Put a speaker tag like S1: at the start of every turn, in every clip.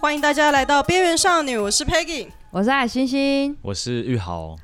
S1: 欢迎大家来到《边缘少女》，我是 Peggy，
S2: 我是海星星，
S3: 我是玉豪，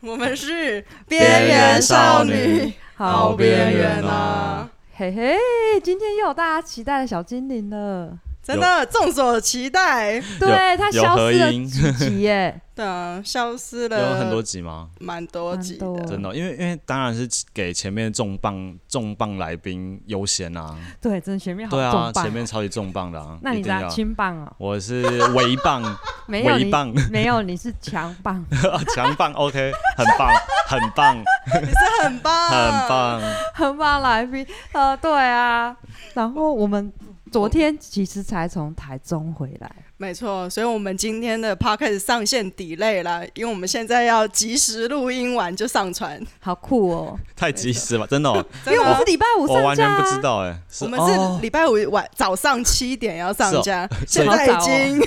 S1: 我们是
S3: 边缘少女
S1: 好边缘
S3: 啊
S1: 啊！
S2: 嘿嘿，今天又有大家期待的小精灵了，
S1: 真的众所期待。
S2: 对，它
S3: 有
S2: 消
S3: 合
S2: 失了
S3: 音，
S2: 几集耶，
S1: 对啊，消失了
S3: 有很多集吗？
S1: 蛮 多集
S2: 蛮多
S1: 的，
S3: 真的哦，因为因为当然是给前面重磅重磅来宾优先啊，
S2: 对，真的前面好
S3: 对啊，
S2: 重磅哦，
S3: 前面超级重磅的啊，
S2: 那
S3: 一
S2: 你
S3: 定
S2: 咋
S3: 要。
S2: 轻磅啊？
S3: 我是微棒、
S2: 没有
S3: 微
S2: 你，
S3: 棒、
S2: 没有你是强棒，
S3: 强棒，OK，很棒，很棒，
S1: 很棒，
S3: 很。棒。
S2: 很棒来宾，呃，对啊，然后我们昨天其实才从台中回来，
S1: 没错，所以我们今天的 podcast 上线 delay 啦，因为我们现在要及时录音完就上传。
S2: 好酷哦，
S3: 太及时了吧，真的哦，
S1: 真
S2: 因为
S1: 的
S2: 我
S1: 啊
S2: 是礼拜五
S3: 我
S2: 上
S3: 完全
S2: 架
S3: 不知
S2: 啊，
S3: 道哎，是
S1: 我们
S3: 哦
S1: 是礼拜五晚早上七点要上架，
S3: 所
S1: 现
S3: 以
S1: 在已经
S3: 啊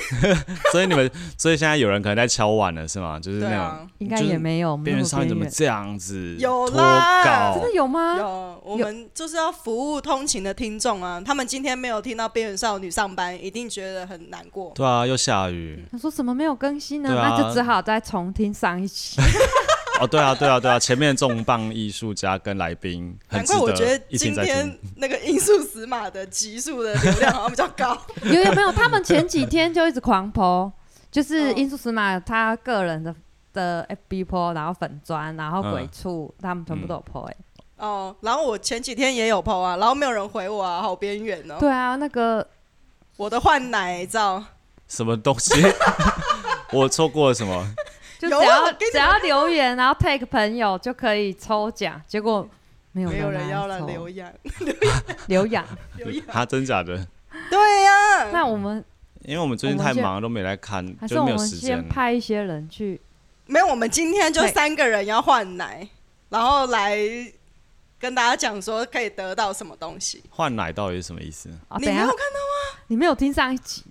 S3: 所以你们，所以现在有人可能在敲碗了，是吗？就是
S1: 对
S3: 那种
S1: 啊，
S2: 应该
S3: 就是
S2: 也没有我们
S3: 边
S2: 那
S3: 缘
S2: 么
S3: 少女怎么
S2: 边缘
S3: 这样子
S1: 有
S3: 脱
S1: 啦
S3: 稿
S2: 真的有吗？
S1: 有，我们就是要服务通勤的听众啊，他们今天没有听到边缘少女上班，一定觉得很难过。
S3: 对啊，又下雨。
S2: 他说怎么没有更新呢？
S3: 对啊
S2: 那就只好再重听上一期。
S3: 哦，对啊，对啊，对啊，前面重磅艺术家跟来 宾，很
S1: 难
S3: 值
S1: 怪我觉
S3: 得
S1: 得
S3: 一听
S1: 今
S3: 再听
S1: 天。 那个音速死马的集数的流量好像比较 高，
S2: 有有没有？他们前几天就一直狂 po，就是
S1: 嗯
S2: 音速司马他个人的的 FB po，然后粉砖，然后
S3: 嗯
S2: 鬼畜，他们全部都有 po 哎、
S1: 哦，然后我前几天也有 PO 啊，然后没有人回我啊，好边缘哦。
S2: 对啊，那个
S1: 我的换奶照，
S3: 什么东西？ 我错过了什么？
S2: 就只
S1: 有啊
S2: 要
S1: 我跟你
S2: 只要留言，然后 take 朋友就可以抽奖，结果没有
S1: 没有人要
S2: 来
S1: 来
S2: 抽
S1: 留言，
S2: 留言。
S1: 留言。
S3: 他啊真假的？
S1: 对呀、
S2: 那我们
S3: 因为我们最近
S2: 我
S3: 太
S2: 们先
S3: 忙，都没来看，
S2: 还是
S3: 就
S2: 我
S3: 没有
S2: 们
S3: 时间
S2: 先。派一些人去，
S1: 没有，我们今天就
S2: 对
S1: 三个人要换奶，然后来跟大家讲说可以得到什么东西。
S3: 换奶到底是什么意思？
S2: 啊、
S1: 你
S2: 等
S1: 没
S2: 一
S1: 有
S2: 下
S1: 看到？
S2: 你没有听上一集，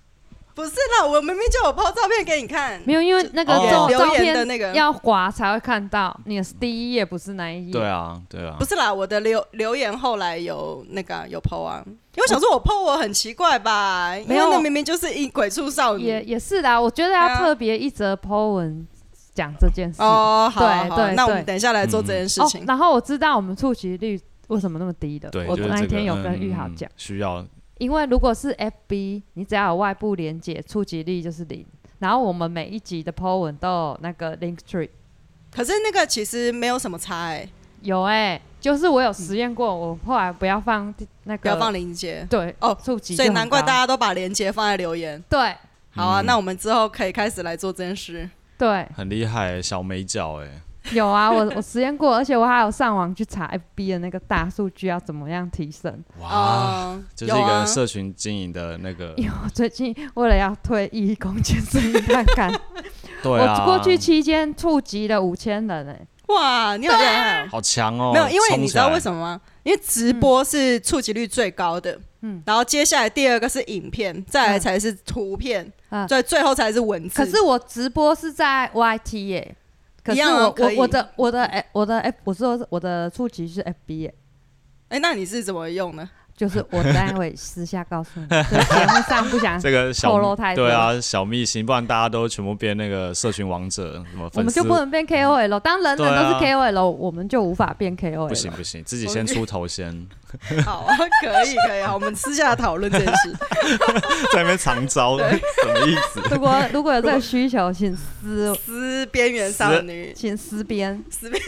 S1: 不是啦，我明明就有 PO 照片给你看。
S2: 没有，因为那个
S3: 哦
S2: 照
S1: 留
S2: 照
S1: 言的
S2: 片
S1: 那个
S2: 要滑才会看到，你的第一页不是那一页。
S3: 对啊，对啊
S1: 不，是啦，我的留留言后来有那个啊有 PO 啊，因为我想说我 PO 我很奇怪吧，因为
S2: 没有
S1: 那明明就是一鬼畜少
S2: 也
S1: 女。
S2: 也是的啊，我觉得
S1: 对
S2: 要
S1: 啊
S2: 特别一则 po 文讲这件事。
S1: 哦，好啊，
S2: 对
S1: 好啊
S2: 对
S1: 那我
S2: 对
S1: 们等一下来做这件事
S2: 哦
S1: 情。
S2: 然后我知道我们触及率为什么那么低的，
S3: 对，
S2: 我
S3: 就是
S2: 那一
S3: 这个
S2: 天有跟
S3: 嗯
S2: 玉豪讲，
S3: 需要
S2: 因为如果是 FB，你只要有外部连接，触及率就是零。然后我们每一集的 po 文都有那个 link tree，
S1: 可是那个其实没有什么差哎、
S2: 有哎、就是我有实验过，我后来不要放那个，
S1: 不要放连接，
S2: 对
S1: 哦
S2: 触及就
S1: 所
S2: 很
S1: 以
S2: 高，
S1: 难怪大家都把连接放在留言。
S2: 对
S1: 好啊，
S3: 嗯
S1: 那我们之后可以开始来做这件事。
S2: 对
S3: 很厉害，小美角哎，
S2: 有啊，我我实验过，而且我还有上网去查 FB 的那个大数据要怎么样提升。
S3: 哇，
S1: 哦，
S3: 就是一
S1: 有
S3: 个
S1: 啊
S3: 社群经营的那个，
S2: 因为我最近为了要推义工健身一看看，
S3: 对
S2: 我
S3: 啊，
S2: 过去期间触及了五千人哎、
S1: 哇，你好厉害
S2: 啊
S1: 哦、
S3: 好强哦，
S1: 没有，因为你知道为
S3: 么？
S1: 什么吗？因为直播是触及率最高的，
S2: 嗯
S1: 然后接下来第二个是影片，再来才是图片，
S2: 嗯
S1: 最最后才是文字。
S2: 可是我直播是在 YT 耶、可
S1: 一
S2: 是
S1: 样啊
S2: 我
S1: 可
S2: 我
S1: 以
S2: 我的我的哎我的 F 我说我的触及是 FB 耶、
S1: 哎、那你是怎么用呢？
S2: 就是我待会私下告诉 你，就是节目上不想
S3: 这个小
S2: 透露太多
S3: 对啊，小秘辛，不然大家都全部变那个社群王者，什么
S2: 我
S3: 粉
S2: 们
S3: 丝嗯
S2: 就不能变 KOL，当人人
S3: 对
S2: 都
S3: 啊
S2: 是 KOL，、我们就无法变 KOL。
S3: 不行， 不行，自己先出头先，
S1: 好啊，可以可以，好，我们私下讨论这件事。
S3: 在那边藏 招，什么意思？
S2: 如果如果有这个需求，请私
S1: 撕边缘少女，
S2: 请私编，
S1: 私
S2: 编。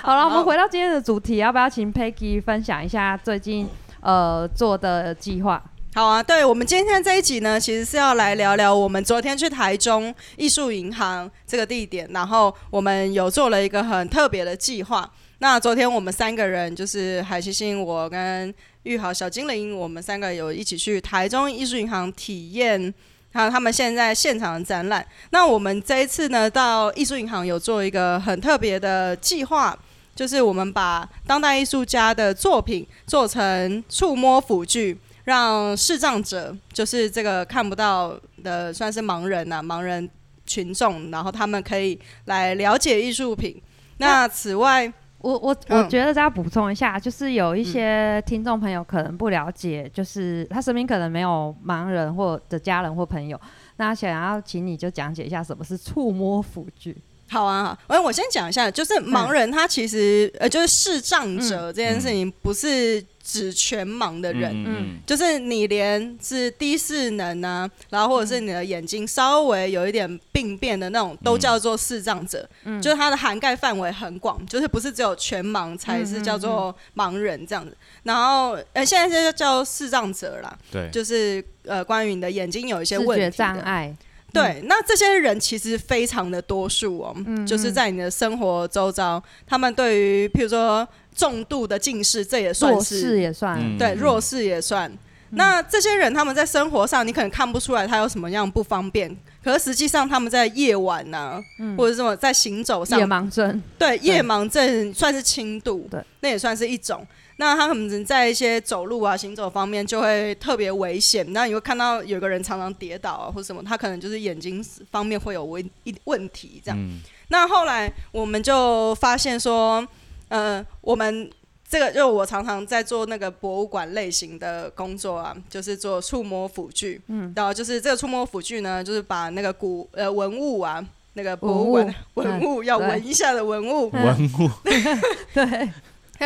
S2: 好了，我
S1: 好
S2: 们回到今天的主题，啊要不要请 Peggy 分享一下最近呃做的计划？
S1: 好啊，对我们今天这一集呢，其实是要来聊聊我们昨天去台中艺术银行这个地点，然后我们有做了一个很特别的计划。那昨天我们三个人就是海星星、我跟玉豪、小精灵，我们三个有一起去台中艺术银行体验，还有他们现在现场的展览。那我们这一次呢，到艺术银行有做一个很特别的计划，就是我们把当代艺术家的作品做成触摸辅具，让视障者，就是这个看不到的，算是盲人呐、啊盲人群众，然后他们可以来了解艺术品。那此外，
S2: 我我我
S1: 嗯
S2: 觉得再要补充一下，就是有一些听众朋友可能不了解，就是他身边可能没有盲人或者家人或朋友，那想要请你就讲解一下什么是触摸辅具。
S1: 好啊，好，哎，我先讲一下，就是盲人他其实、呃，就是视障者这件事情，不是指全盲的人。
S3: 嗯嗯
S1: 就是你连是低视能啊，然后或者是你的眼睛稍微有一点病变的那种，都叫做视障者。
S2: 嗯
S1: 就是它的涵盖范围很广，就是不是只有全盲才是叫
S2: 嗯
S1: 做盲人这样子。然后呃，现在就叫视障者啦，
S3: 对，
S1: 就是呃，关于你的眼睛有一些
S2: 视
S1: 问题
S2: 觉
S1: 的
S2: 障碍，
S1: 对，那这些人其实非常的多数哦，
S2: 嗯
S1: 就是在你的生活周遭，他们对于譬如说重度的近视，这也算
S2: 弱
S1: 是
S2: 视也算，
S3: 嗯
S1: 对弱势也算。那这些人他们在生活上，你可能看不出来他有什么样不方便，可是实际上他们在夜晚呢、或者什么在行走上
S2: 嗯夜，盲症，
S1: 对夜盲症算是轻度，
S2: 对，
S1: 那也算是一种。那他可能在一些走路啊、行走方面就会特别危险。那你会看到有个人常常跌倒啊，或什么，他可能就是眼睛方面会有问一问题这样。
S3: 嗯
S1: 那后来我们就发现说，呃，我们这个就我常常在做那个博物馆类型的工作啊，就是做触摸辅具，嗯，然后就是这个触摸辅具呢，就是把那个古呃文物啊。那个博物馆 文
S2: 文物
S1: 物要
S2: 对
S1: 闻一下的文物，
S3: 文物
S2: 对，
S1: 对，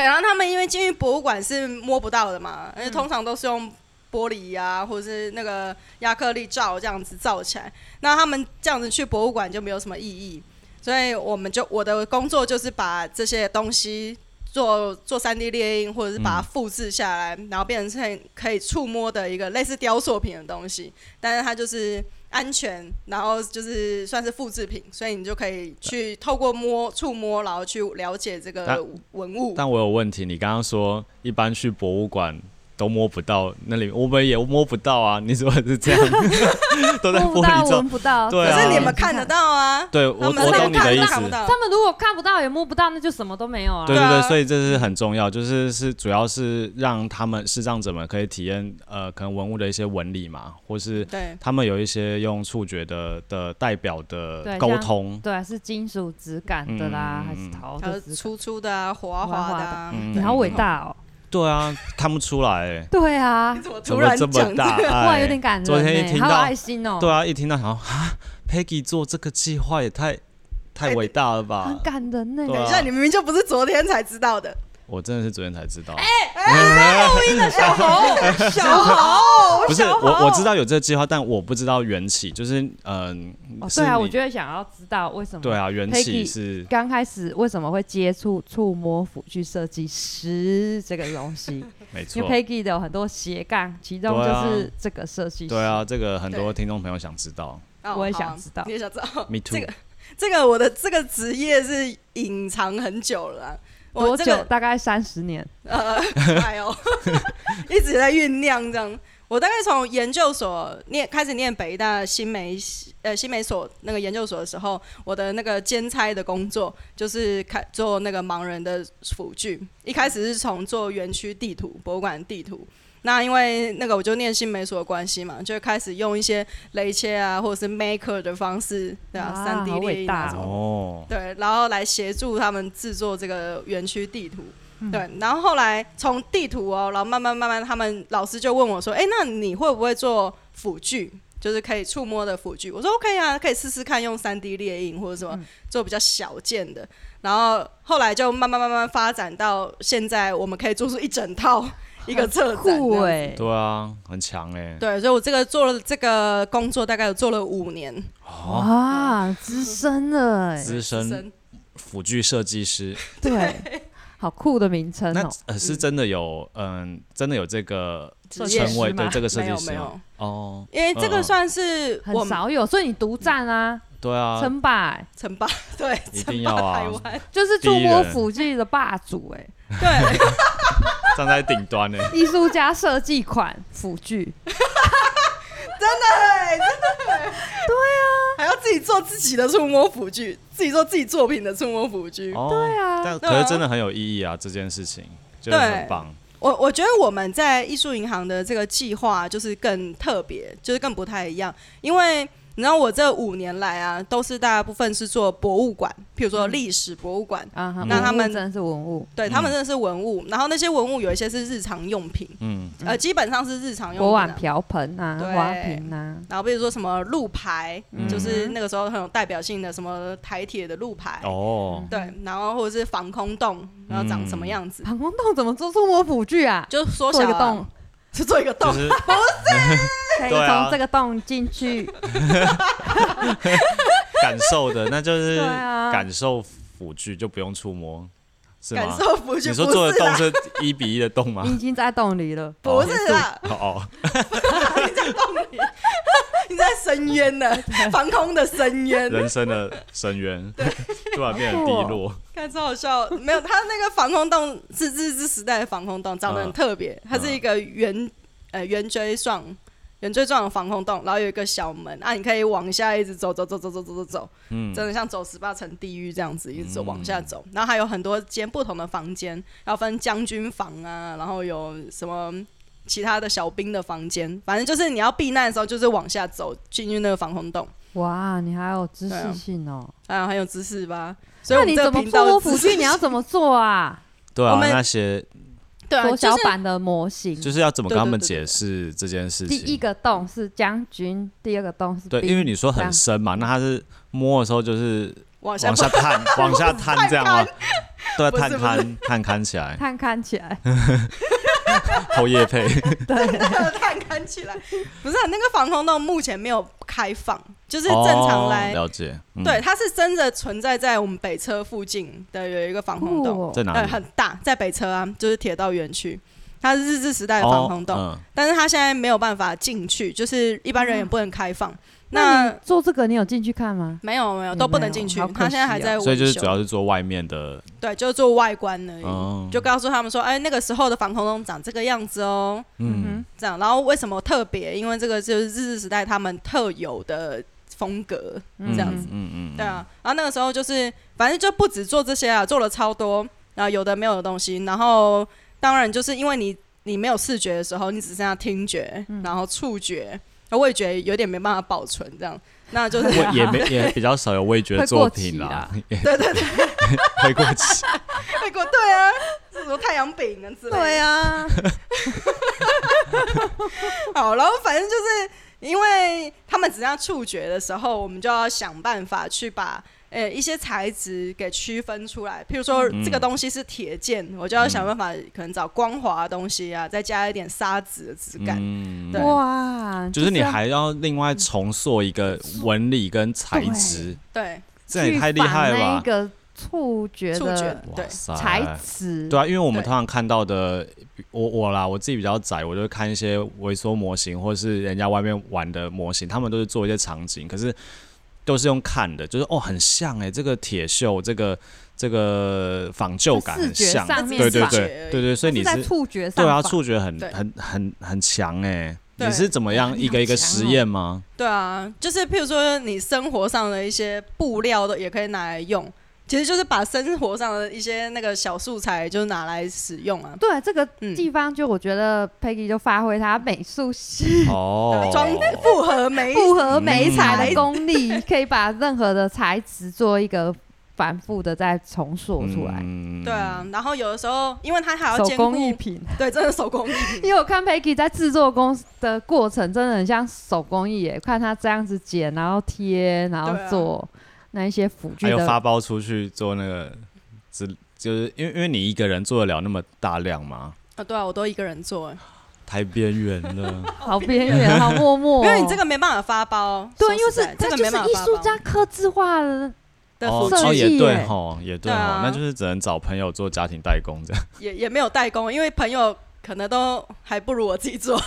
S1: 然后他们因为进去博物馆是摸不到的嘛，而且通常都是用玻璃啊，或者是那个亚克力罩这样子罩起来。那他们这样子去博物馆就没有什么意义，所以我们就我的工作就是把这些东西做做三 D 列印，或者是把它复制下来，然后变成是可以可以触摸的一个类似雕塑品的东西，但是它就是。安全，然后就是算是复制品，所以你就可以去透过摸、触摸，然后去了解这
S3: 但
S1: 个文物。
S3: 但我有问题，你刚刚说一般去博物馆都摸不到，那里我们也摸不到啊，你怎么是这样？ 都在
S2: 摸不
S3: 玻
S2: 到
S3: 璃罩
S2: 闻。不到，
S3: 对啊
S1: 可是你们看得。到啊，
S3: 对我
S1: 他
S3: 我
S1: 们是
S2: 看
S3: 懂你
S1: 不
S3: 的意
S1: 看
S3: 思
S1: 不，到
S2: 他们如果看不到也摸不到，那就什么都没有啊。
S3: 对
S1: 对
S3: 对
S1: 啊
S3: 对，所以这是很重要，就是是主要是让他们视障者们可以体验呃可能文物的一些纹理嘛，或是
S1: 对
S3: 他们有一些用触觉的的代表的
S2: 对
S3: 沟
S2: 像
S3: 通，
S2: 对啊，是金属质感的啦，
S3: 嗯
S2: 还是陶
S1: 它
S2: 的
S1: 是
S2: 质
S1: 粗粗的啊，滑
S2: 滑
S1: 滑
S2: 滑
S1: 的
S2: 的
S1: 啊。
S3: 嗯
S2: 感？你好伟大哦！
S3: 对啊，看不出来、欸，
S2: 对啊，
S1: 怎么
S3: 怎
S1: 突
S3: 么
S1: 然
S3: 这
S1: 讲
S3: 么
S1: 这
S3: 大啊
S1: 个？
S3: 爱？
S2: 哇，有点感人欸，
S3: 哎昨天一听
S2: 好有
S3: 到
S2: 爱心哦，
S3: 对啊，一听到想啊，Peggy 做这个计划也太太伟大了吧
S2: 很！感人呢。
S3: 对
S1: 等
S3: 啊
S1: 一下，你明明就不是昨天才知道的。
S3: 我真的是昨天才知道，嗯
S1: 小 猴，小猴，
S3: 不是
S1: 小猴
S3: 我我知。道有这个计划，但我不知道缘起，就是嗯、
S2: 哦
S3: 是
S2: 对啊，
S3: 你
S2: 我就会想要知道为什么。
S3: 对啊，缘起
S2: Peggy
S3: 是
S2: 刚开始为什么会接触触摸辅具设计师这个东 西？
S3: 没错
S2: 因为，Peggy 的有很多斜杠，其中
S3: 对啊
S2: 就是这个设计师。
S3: 对，啊，这个很多听众朋友想知道
S1: 哦
S2: 我也
S1: 好
S2: 想知道
S1: 你也想知道。
S3: ，Me too，
S1: 这个这个我的这个职业是隐藏很久了啊。我
S2: 多
S1: 这
S2: 久？
S1: 个
S2: 大概三十年。
S1: 呃，哎呦， 一直在酝酿这样。我大概从研究所念开始念北大新媒呃新媒所那个研究所的时候，我的那个兼差的工作就是开做那个盲人的辅具。一开始是从做园区地图、博物馆地图。那因为那个我就念新媒所的关系嘛，就开始用一些雷切啊，或者是 Maker 的方式，对啊，
S2: 啊
S1: 三 D
S2: 好伟
S1: 列印啊
S2: 大
S1: 什么的
S3: 哦，
S1: 对，然后来协助他们制作这个园区地图。
S2: 嗯
S1: 对，然后后来从地图哦，然后慢慢慢慢，他们老师就问我说：“哎，那你会不会做辅具？就是可以触摸的辅具？”我说：“OK 啊，可以试试看用三 D 列印或者什
S2: 嗯
S1: 么、做比较小件的。”然后后来就慢慢慢慢发展到现在，我们可以做出一整套一个策展这样子。
S2: 酷哎，
S3: 对啊，很强哎、
S1: 对，所以我这个做了这个工作大概有做了五年，
S3: 哦，
S2: 哇，资深了哎，
S3: 资深辅具设计师，
S2: 对，好酷的名称
S3: 那
S2: 哦。
S3: 呃是真的有嗯、真的有这个
S1: 职业
S3: 成为
S2: 吗
S3: 对这个设
S1: 没
S3: 计
S1: 有
S3: 师
S1: 没
S3: 吗
S1: 有，
S3: 哦，
S1: 因为这
S3: 嗯
S1: 个
S3: 嗯
S1: 算是我
S2: 很
S1: 们
S2: 少有，所以你独占啊，
S3: 对啊，
S1: 嗯
S2: 称霸欸，
S1: 称 霸，对，
S3: 一
S1: 称
S3: 定
S1: 霸
S3: 要啊
S1: 台湾，
S2: 就是
S3: 第
S2: 触
S3: 一
S2: 摸
S3: 人
S2: 辅具的霸主哎，
S1: 对，
S3: 站在顶端欸呢、
S1: 啊
S2: 艺术家设计款辅具，
S1: 还要自己做自己的触摸辅具，自己做自己作品的触摸辅具。
S3: 哦，
S2: 对啊，
S3: 但
S1: 对啊
S3: 可是真的很有意义啊，这件事情就是很棒。
S1: 我我觉得我们在艺术银行的这个计划就是更特别，就是更不太一样，因为你知道我这五年来啊，都是大部分是做博物馆，譬如说
S3: 嗯
S1: 历史博物馆，
S2: 啊哈，
S1: 那他
S2: 文物
S1: 们
S2: 真的是文物，
S1: 对他们真的是文物，然后那些文物有一些是日常用品，
S3: 嗯，
S1: 呃，基本上是日常用
S2: 锅
S1: 品啊、
S2: 碗瓢盆啊，
S1: 对
S2: 花瓶啊，
S1: 然后比如说什么路牌，
S3: 嗯
S1: 就是那个时候很有代表性的什么台铁的路牌，
S3: 哦，
S1: 对，嗯然后或者是防空洞，然后长什
S3: 嗯
S1: 么样子，
S2: 防空洞怎么做触摸辅具啊？
S1: 就缩
S2: 做
S1: 小
S2: 一个
S1: 啊
S2: 洞，，
S1: 就做一个
S3: 就
S1: 洞，
S3: 是
S2: 可以
S3: 对啊
S2: 从这个洞进去，
S3: 感受的，那就是
S2: 对啊，
S3: 感受辅具，就不用触摸，是
S1: 感
S3: 吗？
S1: 受不
S3: 你
S1: 就
S3: 说
S1: 不
S3: 做的
S1: 是
S3: 洞
S1: 啦，
S3: 是一比一的 洞吗
S2: 你？已经在洞里了，
S1: 不是啦，
S3: 哦哦，
S1: 你在洞里，你在深渊 呢，防空的深渊，
S3: 人生的深渊 突然变得低落，
S1: 看超好笑，没有它那个防空洞是日治时代的防空洞，长
S3: 嗯
S1: 得很特别，它是一个圆呃圆锥状圆锥状的防空洞，然后有一个小门啊，你可以往下一直走走走走走走走走，
S3: 嗯，
S1: 真的像走十八层地狱这样子，一直走往下走。然后还有很多间不同的房间，要分将军房啊，然后有什么其他的小兵的房间，反正就是你要避难的时候，就是往下走进去那个防空洞。
S2: 哇，你还有知
S1: 对啊
S2: 识性哦。
S1: 啊，很有知识吧？所以
S2: 那
S1: 我们
S2: 你
S1: 这个
S2: 怎么
S1: 频
S2: 触
S1: 道
S2: 摸
S1: 的
S2: 辅
S1: 知识
S2: 具？你要怎么做啊？
S3: 对啊
S1: 我，们
S3: 那些
S1: 对啊，
S2: 缩
S1: 就
S2: 小
S1: 是
S2: 版的模型，
S3: 就是要怎么跟他们
S1: 对对对对
S3: 解释这件事
S2: 第
S3: 情？
S2: 一个洞是将军，第二个洞是
S3: 对，
S2: 兵
S3: 因为你说
S2: 这样
S3: 很深嘛，那他是摸的时候就是
S1: 往下
S3: 往下探，往 下探这样吗？对啊，
S1: 不是
S3: 探勘探勘起来，
S2: 看看起来，
S3: 后叶 配
S1: 探勘起来，不是啊、那个防空洞目前没有开放，就是正常来，
S3: 哦了解，嗯
S1: 对，，它是真的存在在我们北车附近的有一个防空洞，
S2: 哦
S3: 在哪
S1: 呃，
S3: 里？
S1: 很大，在北车啊，就是铁道园区，它是日治时代的防空洞，
S3: 哦
S1: 但是它现在没有办法进去，就是一般人也不能开放。
S2: 哦那
S1: 那
S2: 你做这个你有进去看吗？
S1: 没有没有
S2: 你
S1: 都不
S2: 没
S1: 能
S2: 有
S1: 进去
S2: 好，可
S1: 它现在还
S2: 惜哦
S1: 在
S3: 嗯，
S1: 维
S3: 所以就是
S1: 修
S3: 主要是做外面的，
S1: 对，就是做外观而已，
S3: 哦
S1: 就告诉他们说，哎，那个时候的防空洞长这个样子哦，
S3: 嗯，
S1: 这样。然后为什么特别？因为这个就是日治时代他们特有的风格，
S2: 嗯
S1: 这样子。
S3: 嗯嗯，嗯
S1: 对，啊。然后那个时候就是，反正就不止做这些啊，做了超多，然后有的没有的东西。然后当然就是因为你你没有视觉的时候，你只剩下听觉，然后触觉、啊味觉有点没办法保存，这样。那就是
S3: 我 也没也比较少有味觉的
S2: 会
S3: 作
S2: 过期
S3: 品啦
S2: 啦，
S3: 对对对，会过期，
S1: 美国对啊，什么太阳饼啊之类的。
S2: 对啊，
S1: 好，然后反正就是因为他们只要触觉的时候，我们就要想办法去把呃一些材质给区分出来。譬如说
S3: 嗯
S1: 这个东西是铁件，我就要想办法可能找光滑的东西啊，再加一点砂纸的质 感。
S3: 嗯
S1: 对
S2: 哇，
S3: 就是你
S2: 要
S3: 还要另外重塑一个纹理跟材质，
S1: 对，
S3: 这也
S2: 去
S3: 太厉害了啊
S2: 仿那
S3: 吧
S2: 一！个触觉
S1: 触觉
S2: 的
S1: 对
S3: 哇塞
S2: 材质，
S3: 对啊，因为我们
S1: 对
S3: 通常看到的，我我啦，我自己比较窄，我就看一些微缩模型，或是人家外面玩的模型，他们都是做一些场景，可是都是用看的，就是哦，很像哎、这个铁锈，这个这个仿旧啊感
S2: 视
S3: 很
S2: 觉
S3: 像，
S2: 上面
S3: 对对
S1: 仿
S3: 对对对，所以你
S2: 是在
S3: 是
S2: 触觉上
S3: 对啊，
S2: 仿
S3: 触觉很
S1: 对
S3: 很很很强哎、
S1: 对
S3: 你是怎么样
S2: 哇
S3: 一个一个
S2: 你好强
S3: 实
S2: 哦
S3: 验吗？
S1: 对啊，就是譬如说你生活上的一些布料都也可以拿来用。其实就是把生活上的一些那个小素材，就是拿来使用啊，
S2: 对这个
S1: 嗯
S2: 地方，就我觉得 Peggy 就发挥她美术系
S3: 哦，
S1: 装复合媒
S2: 复合美
S3: 嗯
S2: 彩的功力，可以把任何的材质做一个反复的再重塑出来，
S3: 嗯
S1: 对啊，然后有的时候，因为它还要
S2: 手
S1: 兼顾
S2: 工艺品。
S1: 对，真的手工艺品。
S2: 因为我看 Peggy 在制作工的过程，真的很像手工艺耶。看她这样子剪，然后贴，然后
S1: 对啊
S2: 做那一些辅具
S3: 还有
S2: 的
S3: 发包出去做那个，只就是因为因为你一个人做得了那么大量吗？
S1: 啊，对啊，我都一个人做，欸
S3: 太边缘了，
S2: 好边缘，好默默哦。
S1: 因为你这个没办法发包。
S2: 对，因
S1: 说
S2: 为
S1: 实
S2: 是
S1: 在
S2: 它
S1: 这个
S2: 就
S1: 没
S2: 是
S1: 办
S2: 艺
S1: 法
S2: 术
S1: 发包
S2: 家刻字化 的，
S1: 的
S3: 哦
S1: 辅
S2: 设
S3: 哦
S1: 助
S2: 计
S3: 也对
S2: 耶
S3: 吼，也对
S1: 对
S3: 吼，
S1: 啊
S3: 那就是只能找朋友做家庭代工这样。
S1: 也也没有代工，因为朋友可能都还不如我自己做。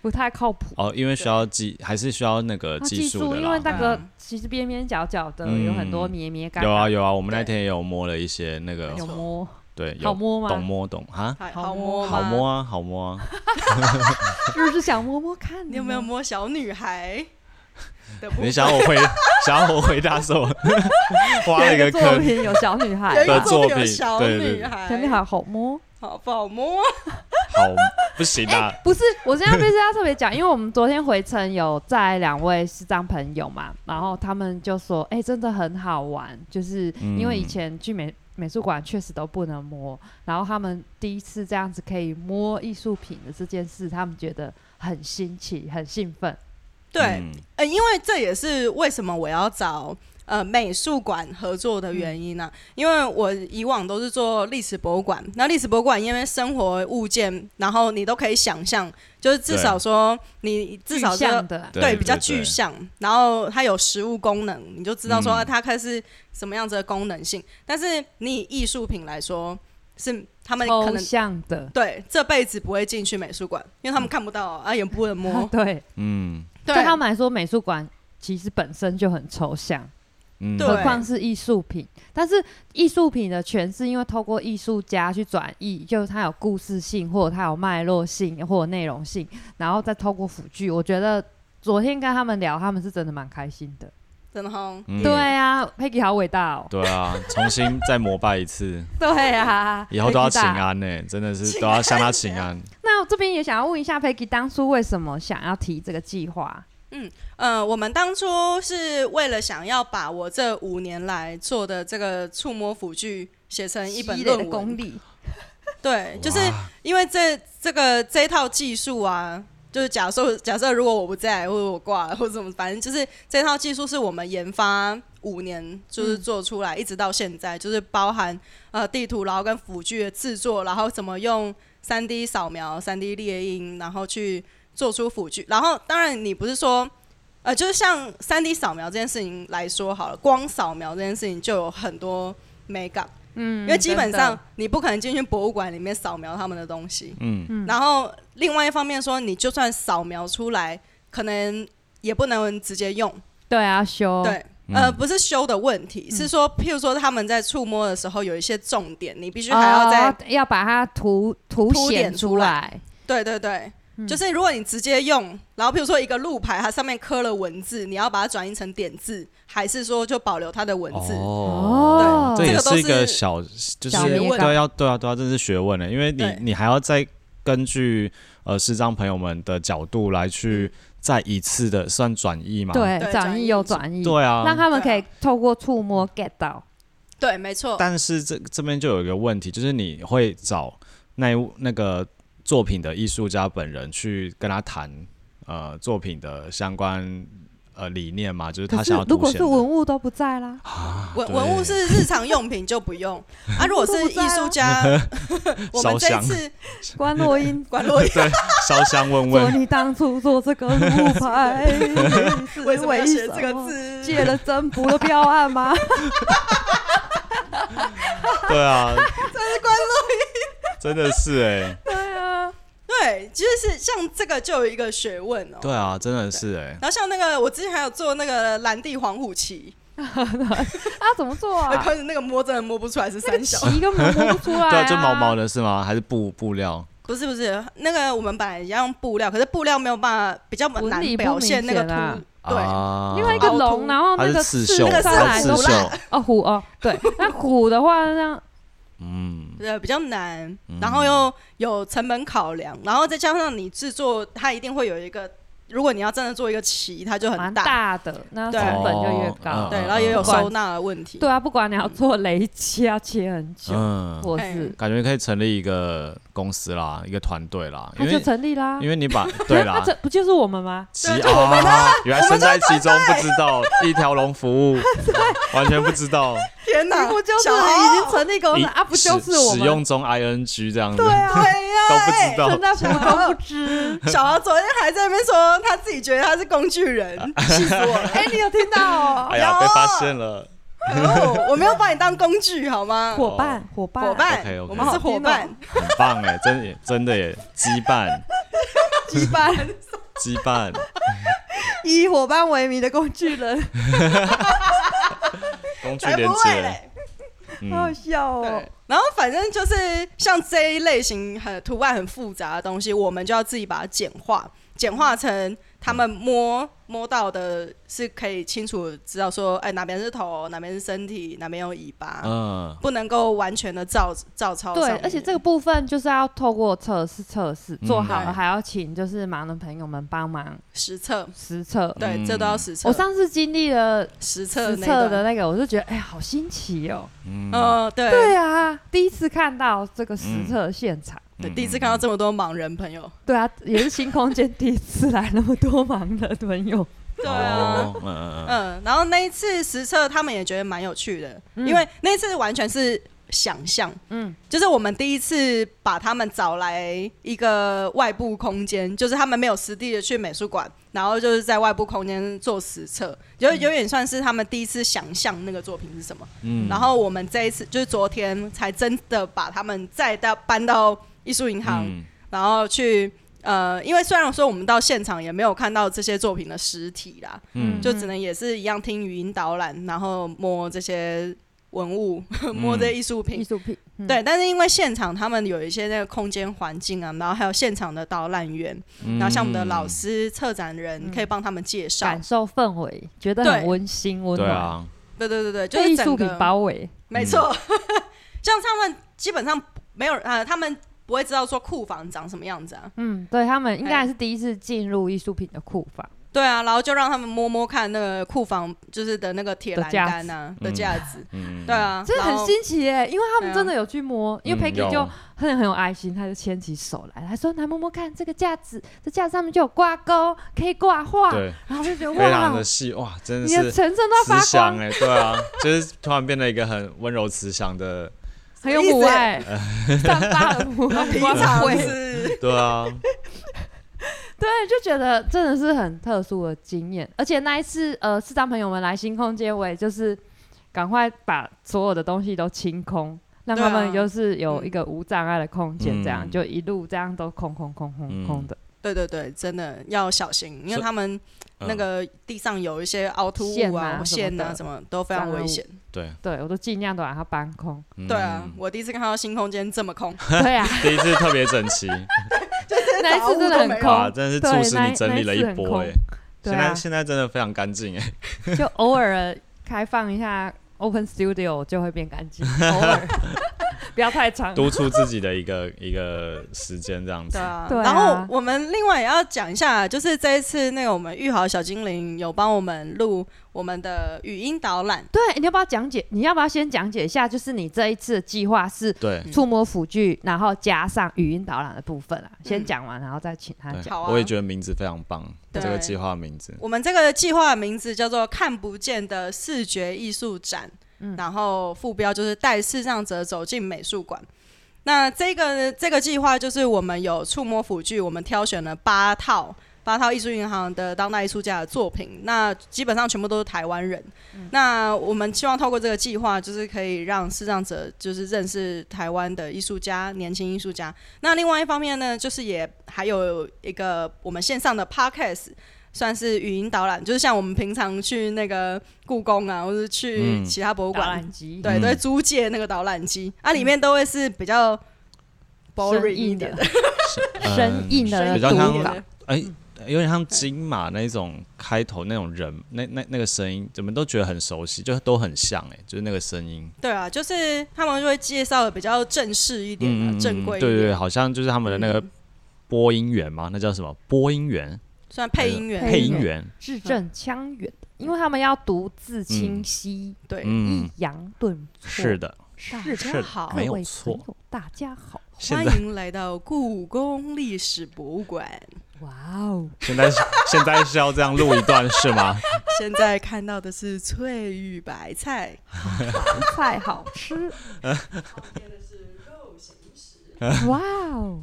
S2: 不太靠谱。
S3: 哦，因为需要技，还是需要那个
S2: 啊技
S3: 呃术
S2: 术，
S3: 的
S2: 因为
S3: 啦。
S2: 那
S1: 对
S2: 个
S1: 啊
S2: 其实边边角角的
S3: 嗯
S2: 有很多咩咩嘎嘎，
S3: 有啊有啊，我们那
S1: 对
S3: 天也有摸了一些那个
S2: 有，摸，
S3: 对，
S2: 好
S3: 有
S2: 摸
S3: 懂
S2: 吗？
S3: 摸懂哈，
S1: 还
S2: 好
S1: 好
S2: 摸
S1: 摸
S3: 好
S1: 吗
S3: 摸。啊，好摸啊，
S2: 就是想摸摸看呢，
S1: 你有没有摸小女孩的部分？
S3: 你想我回想我回答什么？挖了一个
S2: 作
S3: 坑
S2: 品有小女孩
S1: 有一
S3: 的
S1: 个
S2: 吧，
S3: 作
S1: 有
S3: 品
S1: 小
S3: 对对
S1: 女
S3: 对
S1: 孩，
S2: 小女孩好摸，
S1: 好不好摸？
S3: 好不行啊，
S2: 不是，我现在必须要特别讲，因为我们昨天回程有载两位视障朋友嘛，然后他们就说，哎、真的很好玩，就是因为以前去美美术馆确实都不能摸，然后他们第一次这样子可以摸艺术品的这件事，他们觉得很新奇，很兴奋。
S1: 对，
S3: 嗯
S1: 呃，因为这也是为什么我要找呃美术馆合作的原因呢、啊因为我以往都是做历史博物馆，那历史博物馆因为生活物件，然后你都可以想象，就是至少说你至少
S2: 具
S1: 这
S2: 象的，
S1: 对比较具，象，然后它有实物功能，你就知道说
S3: 嗯
S1: 啊它开始什么样子的功能性。但是你以艺术品来说，是他们可
S2: 抽
S1: 能
S2: 象的，
S1: 对这辈子不会进去美术馆，因为他们看不到啊，也不能摸。
S2: 对，
S3: 嗯
S1: 对
S2: 对他们来说，美术馆其实本身就很抽象。
S3: 嗯，
S1: 对
S2: 何况是艺术品。但是艺术品的诠释，因为透过艺术家去转译，就是它有故事性，或者它有脉络性，或者内容性，然后再透过辅具，我觉得。昨天跟他们聊，他们是真的蛮开心的。
S1: 真的哈，
S3: 嗯
S2: 对啊，Peggy 好伟 大哦！
S3: 对啊，重新再膜拜一次，
S2: 对啊，
S3: 以后都要
S2: Peggy
S3: 请
S2: 大。
S3: 安呢，真的是都要向他请安。
S2: 那我这边也想要问一下 Peggy，当初为什么想要提这个计划？
S1: 呃，我们当初是为了想要把我这五年来做的这个触摸辅具写成嗯一本
S2: 积累的
S1: 论
S2: 功
S1: 文，
S2: 力，
S1: 对，就是因为这这个这一套技术啊，就是假设假设如果我不在，或者我挂了，或者怎么，反正就是这套技术是我们研发五年，就是做出来、一直到现在，就是包含呃地图，然后跟辅具的制作，然后怎么用三 D 扫描、三 D 猎鹰，然后去做出辅具。然后当然你不是说。呃，就是像三 D 扫描这件事情来说好了，光扫描这件事情就有很多美感，
S2: 嗯，
S1: 因为基本
S2: 真的
S1: 上你不可能进去博物馆里面扫描他们的东西。
S3: 嗯，
S1: 然后另外一方面说，你就算扫描出来，可能也不能直接用。
S2: 对啊，修
S1: 对，呃，不是修的问
S2: 嗯
S1: 题，是说，譬如说他们在触摸的时候有一些重点，你必须还要再、
S2: 哦要把它凸凸
S1: 凸
S2: 显
S1: 点
S2: 出
S1: 出来
S2: 来。
S1: 对对对。
S2: 嗯
S1: 就是如果你直接用，然后譬如说一个路牌，它上面刻了文字，你要把它转译成点字，还是说就保留它的文字？
S2: 哦
S3: 这
S1: 这
S3: 也
S1: 个都
S3: 是一个
S1: 是
S3: 小，就是
S2: 小
S1: 学问
S3: 对啊要对啊对啊，这是学问的，因为你
S1: 对
S3: 你还要再根据呃视障朋友们的角度来去再一次的算转译嘛，
S2: 对，
S1: 嗯对
S2: 转
S1: 转移
S2: 译又
S1: 组
S2: 转译，
S3: 对啊，
S2: 让他们可
S1: 对
S2: 以透过触摸 get 到。
S1: 对，没错。
S3: 但是这这边就有一个问题，就是你会找那一那个作品的艺术家本人去跟他谈呃作品的相关呃理念嘛，就是他
S2: 可是
S3: 想要
S2: 如
S3: 凸
S2: 果
S3: 显
S2: 是
S3: 的。啊
S2: 文物都不在啦，
S1: 文
S3: 对
S1: 文物 是日常用品就不用 啊，如果是艺术 家，我们这一次
S2: 关洛英
S1: 管洛伊
S3: 对，烧香 问
S2: 说
S3: 问，
S2: 你当初做这个路牌是
S1: 为什么要
S2: 什
S1: 写这 个
S2: 么？
S1: 字？
S2: 借了增幅的标案吗？
S3: 对啊，真的是哎、
S2: 对啊，
S1: 对，其实是像这个就有一个学问哦、
S3: 对啊，真的是哎、
S1: 然后像那个，我之前还有做那个蓝地黄虎旗，
S2: 啊，怎么做
S1: 那
S3: 哎
S2: 啊？
S1: 可是那个摸真的摸不出来是
S2: 那个
S1: 三小，
S2: 旗根本摸不出来、啊，
S3: 对啊，就毛毛的是吗？还是布布料？
S1: 不是不是，那个我们本来要用布料，可是布料没有办法比较
S2: 纹
S1: 难
S2: 理不
S1: 表现那个
S2: 明显啊
S1: 图，对，
S3: 啊
S2: 另外一个
S1: 凹
S2: 龙，
S1: 凸
S2: 然后
S3: 它
S2: 那个
S3: 是刺绣，
S2: 上
S3: 它
S2: 来
S3: 是
S2: 都
S3: 刺绣，
S2: 哦虎哦，对，那虎的话那样
S3: 嗯，
S1: 对，比较难，然后又有成本考量，然后再加上你制作，它一定会有一个，如果你要真的做一个旗，它就
S2: 蛮
S1: 很大，
S2: 大的，那
S1: 对
S2: 成本就越
S3: 哦
S2: 高。
S3: 嗯
S1: 对，然后也有收纳的问题，
S2: 对啊，不管你要做雷击要切很久，
S3: 嗯，
S2: 或
S1: 哎
S2: 是
S3: 感觉可以成立一个公司啦，一个团队啦，因
S2: 它就
S3: 为
S2: 成立
S1: 啊
S2: 啦。
S3: 因为 你把对啊
S2: 那
S3: 啦，
S2: 这不就是我们吗？
S3: 集啊，原来身在其中不知道，一条龙服务， 完全不知道，
S1: 天哪，
S2: 不就是
S1: 小豪
S2: 已经成立公司
S3: 一
S2: 啊？不就是
S3: 使
S2: 我
S3: 使
S2: 们？
S3: 用中 ing 这样子，
S1: 对啊， 哎对
S3: 都
S2: 正
S3: 不知道，
S2: 在普通不知。
S1: 呀，小豪昨天还在那边说他自己觉得他是工具人，
S3: 啊
S1: 气死我 了！
S2: 哎，你有听到哦？
S3: 哎呀，
S1: 有啊
S3: 被发现了，
S1: 哦，我没有把你当工具好吗？
S2: 伙伴，伙伴，哦
S1: 伙伴
S3: OK，OK
S1: 我们是伙 伴，
S3: 很棒哎，真的真的耶，羁 绊
S2: 羁绊，
S3: 羁绊，
S2: 以伙伴为名的工具人，
S3: 工具
S1: 才哎
S3: 连
S1: 不会
S3: 接，
S1: 嘞！
S2: 好好
S3: 嗯，
S2: 笑哦
S1: 对。然后反正就是像这一类型很图案很复杂的东西，我们就要自己把它简化，简化成他们摸摸到的是可以清楚知道说，哎、哪边是头，哪边是身体，哪边有尾巴，
S3: 嗯，
S1: 不能够完全的照照抄上
S2: 对，
S1: 面。
S2: 而且这个部分就是要透过测试测试，
S3: 嗯
S2: 做好
S1: 对
S2: 了还要请就是盲的朋友们帮忙
S1: 实测，
S2: 实测。
S1: 对，
S3: 嗯
S1: 这都要实测。
S2: 我上次经历了
S1: 实测
S2: 实
S1: 那
S2: 测
S1: 段
S2: 的，那个，我就觉得哎、好新奇哦、
S3: 嗯
S1: 呃，对
S2: 对啊，第一次看到这个实测现场。
S1: 对，第一次看到这么多盲人朋友。
S2: 对啊，也是新空间第一次来那么多盲的朋友，
S1: 对啊，
S3: 哦嗯嗯嗯，
S1: 嗯，然后那一次实测，他们也觉得蛮有趣的，因为那一次完全是想象，嗯
S2: 嗯，
S1: 就是我们第一次把他们找来一个外部空间，就是他们没有实地的去美术馆，然后就是在外部空间做实测，有
S2: 嗯
S1: 有点算是他们第一次想象那个作品是什么。
S3: 嗯
S1: 然后我们这一次就是昨天才真的把他们再到搬到艺术银行，
S3: 嗯
S1: 然后去呃，因为虽然说我们到现场也没有看到这些作品的实体啦，
S3: 嗯
S1: 就只能也是一样听语音导览，然后摸这些文物，
S3: 嗯
S1: 摸这些艺术品。
S2: 艺术品。嗯，
S1: 对，但是因为现场他们有一些那个空间环境啊，然后还有现场的导览员，然后像我们的老
S3: 嗯
S1: 师、策展
S2: 嗯
S1: 人可以帮他们介绍。
S2: 感受氛围，觉得
S1: 对
S2: 很温馨温
S3: 对
S2: 暖，
S3: 啊，
S1: 对对对对，就
S2: 被
S1: 是
S2: 艺
S1: 整
S2: 术品
S1: 个
S2: 包围。
S1: 没错，
S3: 嗯
S1: 像他们基本上没有呃，他们不会知道说库房长什么样子啊。
S2: 嗯，对他们应
S1: 哎
S2: 该还是第一次进入艺术品的库房。
S1: 对啊，然后就让他们摸摸看那个库房就是的那个铁
S2: 的
S1: 栏
S2: 架
S1: 杆啊的
S3: 嗯
S1: 架子。
S3: 嗯，
S1: 对啊，
S2: 真的
S1: 然后
S2: 很新奇耶，因为他
S1: 对啊
S2: 们真的有去摸，因为 Peggy 就很很有爱心，他就牵起手来，他说来摸摸看这个架子，这架子上面就有挂钩，可以挂画，
S3: 对，
S2: 然后就觉得
S3: 非常
S2: 哇
S3: 的，细哇，真的
S2: 你的
S3: 是
S2: 全身都在
S3: 慈
S2: 发
S3: 祥
S2: 光，
S3: 哎，对啊，就是突然变得一个很温柔慈祥的，
S2: 很有母爱， 散发了母爱
S1: 平
S2: 光
S1: 常
S2: 辉，
S1: 是
S3: 对啊，
S2: 对，就觉得真的是很特殊的经验，而且那一次呃，市长朋友们来星空街，我也就是赶快把所有的东西都清空。让
S1: 对啊
S2: 他们就是有一个无障碍的空间，这样、
S3: 嗯
S2: 就一路这样都空空空空空的。
S1: 对对对，真的要小心，因为
S3: 所以
S1: 他们那
S3: 嗯
S1: 个地上有一些凹凸物
S2: 线
S1: 啊、
S2: 啊
S1: 线啊，
S2: 什
S1: 什么都非常危险。
S3: 对
S2: 对我都尽量都把它搬空。
S3: 嗯
S1: 对啊，我第一次看到新空间这么空，
S2: 对啊，
S3: 第一次特别整齐，
S2: 那一次真 的
S1: 啊
S2: 很
S3: 哇，
S2: 空，
S3: 真的是
S2: 对
S3: 促使
S2: 那
S3: 你整理了一
S2: 那一
S3: 波
S2: 次很空
S3: 哎，
S2: 对
S3: 现在
S2: 啊，
S3: 现在真的非常干净哎，
S2: 就偶尔开放一下 Open Studio 就会变干净，偶尔不要太长。
S3: 督促自己的一个一个时间这样子
S1: 对，啊。
S2: 对啊
S1: 然后我们另外也要讲一下，就是这一次那个我们玉豪小精灵有帮我们录我们的语音导览，
S2: 对，你要不要讲解？你要不要先讲解一下？就是你这一次的计划是
S3: 对。
S1: 嗯
S2: 触摸辅具，然后加上语音导览的部分啊。
S1: 嗯
S2: 先讲完，然后再请他
S3: 对
S2: 讲。
S1: 好啊
S3: 我也觉得名字非常棒，这
S1: 对
S3: 个计划名字，
S1: 我们这个计划的名字叫做“看不见的视觉艺术展”，
S2: 嗯
S1: 然后副标就是带视障者走进美术馆。那这个这个计划就是我们有触摸辅具，我们挑选了八套八套艺术银行的当代艺术家的作品，那基本上全部都是台湾人。那我们希望透过这个计划，就是可以让视障者就是认识台湾的艺术家、年轻艺术家。那另外一方面呢，就是也还有一个我们线上的 podcast，算是语音导览，就是像我们平常去那个故宫啊，或者去
S3: 嗯
S1: 其他博物
S2: 导
S1: 馆，
S2: 览机，嗯
S1: 对，
S3: 嗯
S1: 都会租借那个导览机，啊，里面都会是比较 boring
S2: 生
S1: 一
S2: 硬
S1: 点
S2: 的
S1: 的，，
S2: 生硬
S1: 生
S2: 的
S3: 嗯比较
S2: 读
S3: 像
S2: 法
S1: 的
S3: 哎、
S2: 嗯
S3: 有点像金马那一种开头那种人，那那那个声音，怎么都觉得很熟悉，就都很像哎、就是那个声音，
S1: 对啊，就是他们就会介绍的比较正式
S3: 嗯
S1: 一点啊，正规一
S3: 对对对，
S1: 点，嗯
S3: 好像就是他们的那个播音员嘛，那叫什么播音员、
S1: 算配音员，
S3: 配
S2: 配
S3: 音
S2: 音
S3: 员，
S2: 字正腔圆，因为他们要读字清晰，
S1: 对，
S3: 嗯
S2: 抑，扬顿挫。
S3: 是，的，
S2: 是
S1: 是的
S2: 的，
S1: 好
S3: 没
S2: 各
S3: 有
S2: 位
S3: 错
S2: 朋。友，大家好，
S1: 欢
S3: 现在
S1: 迎来到故宫历史博物馆。
S2: 哇哦，
S3: 现在是现在是要这样录一段是吗？
S1: 现在看到的是翠玉白菜，
S2: 菜好 吃，哦 哇哦，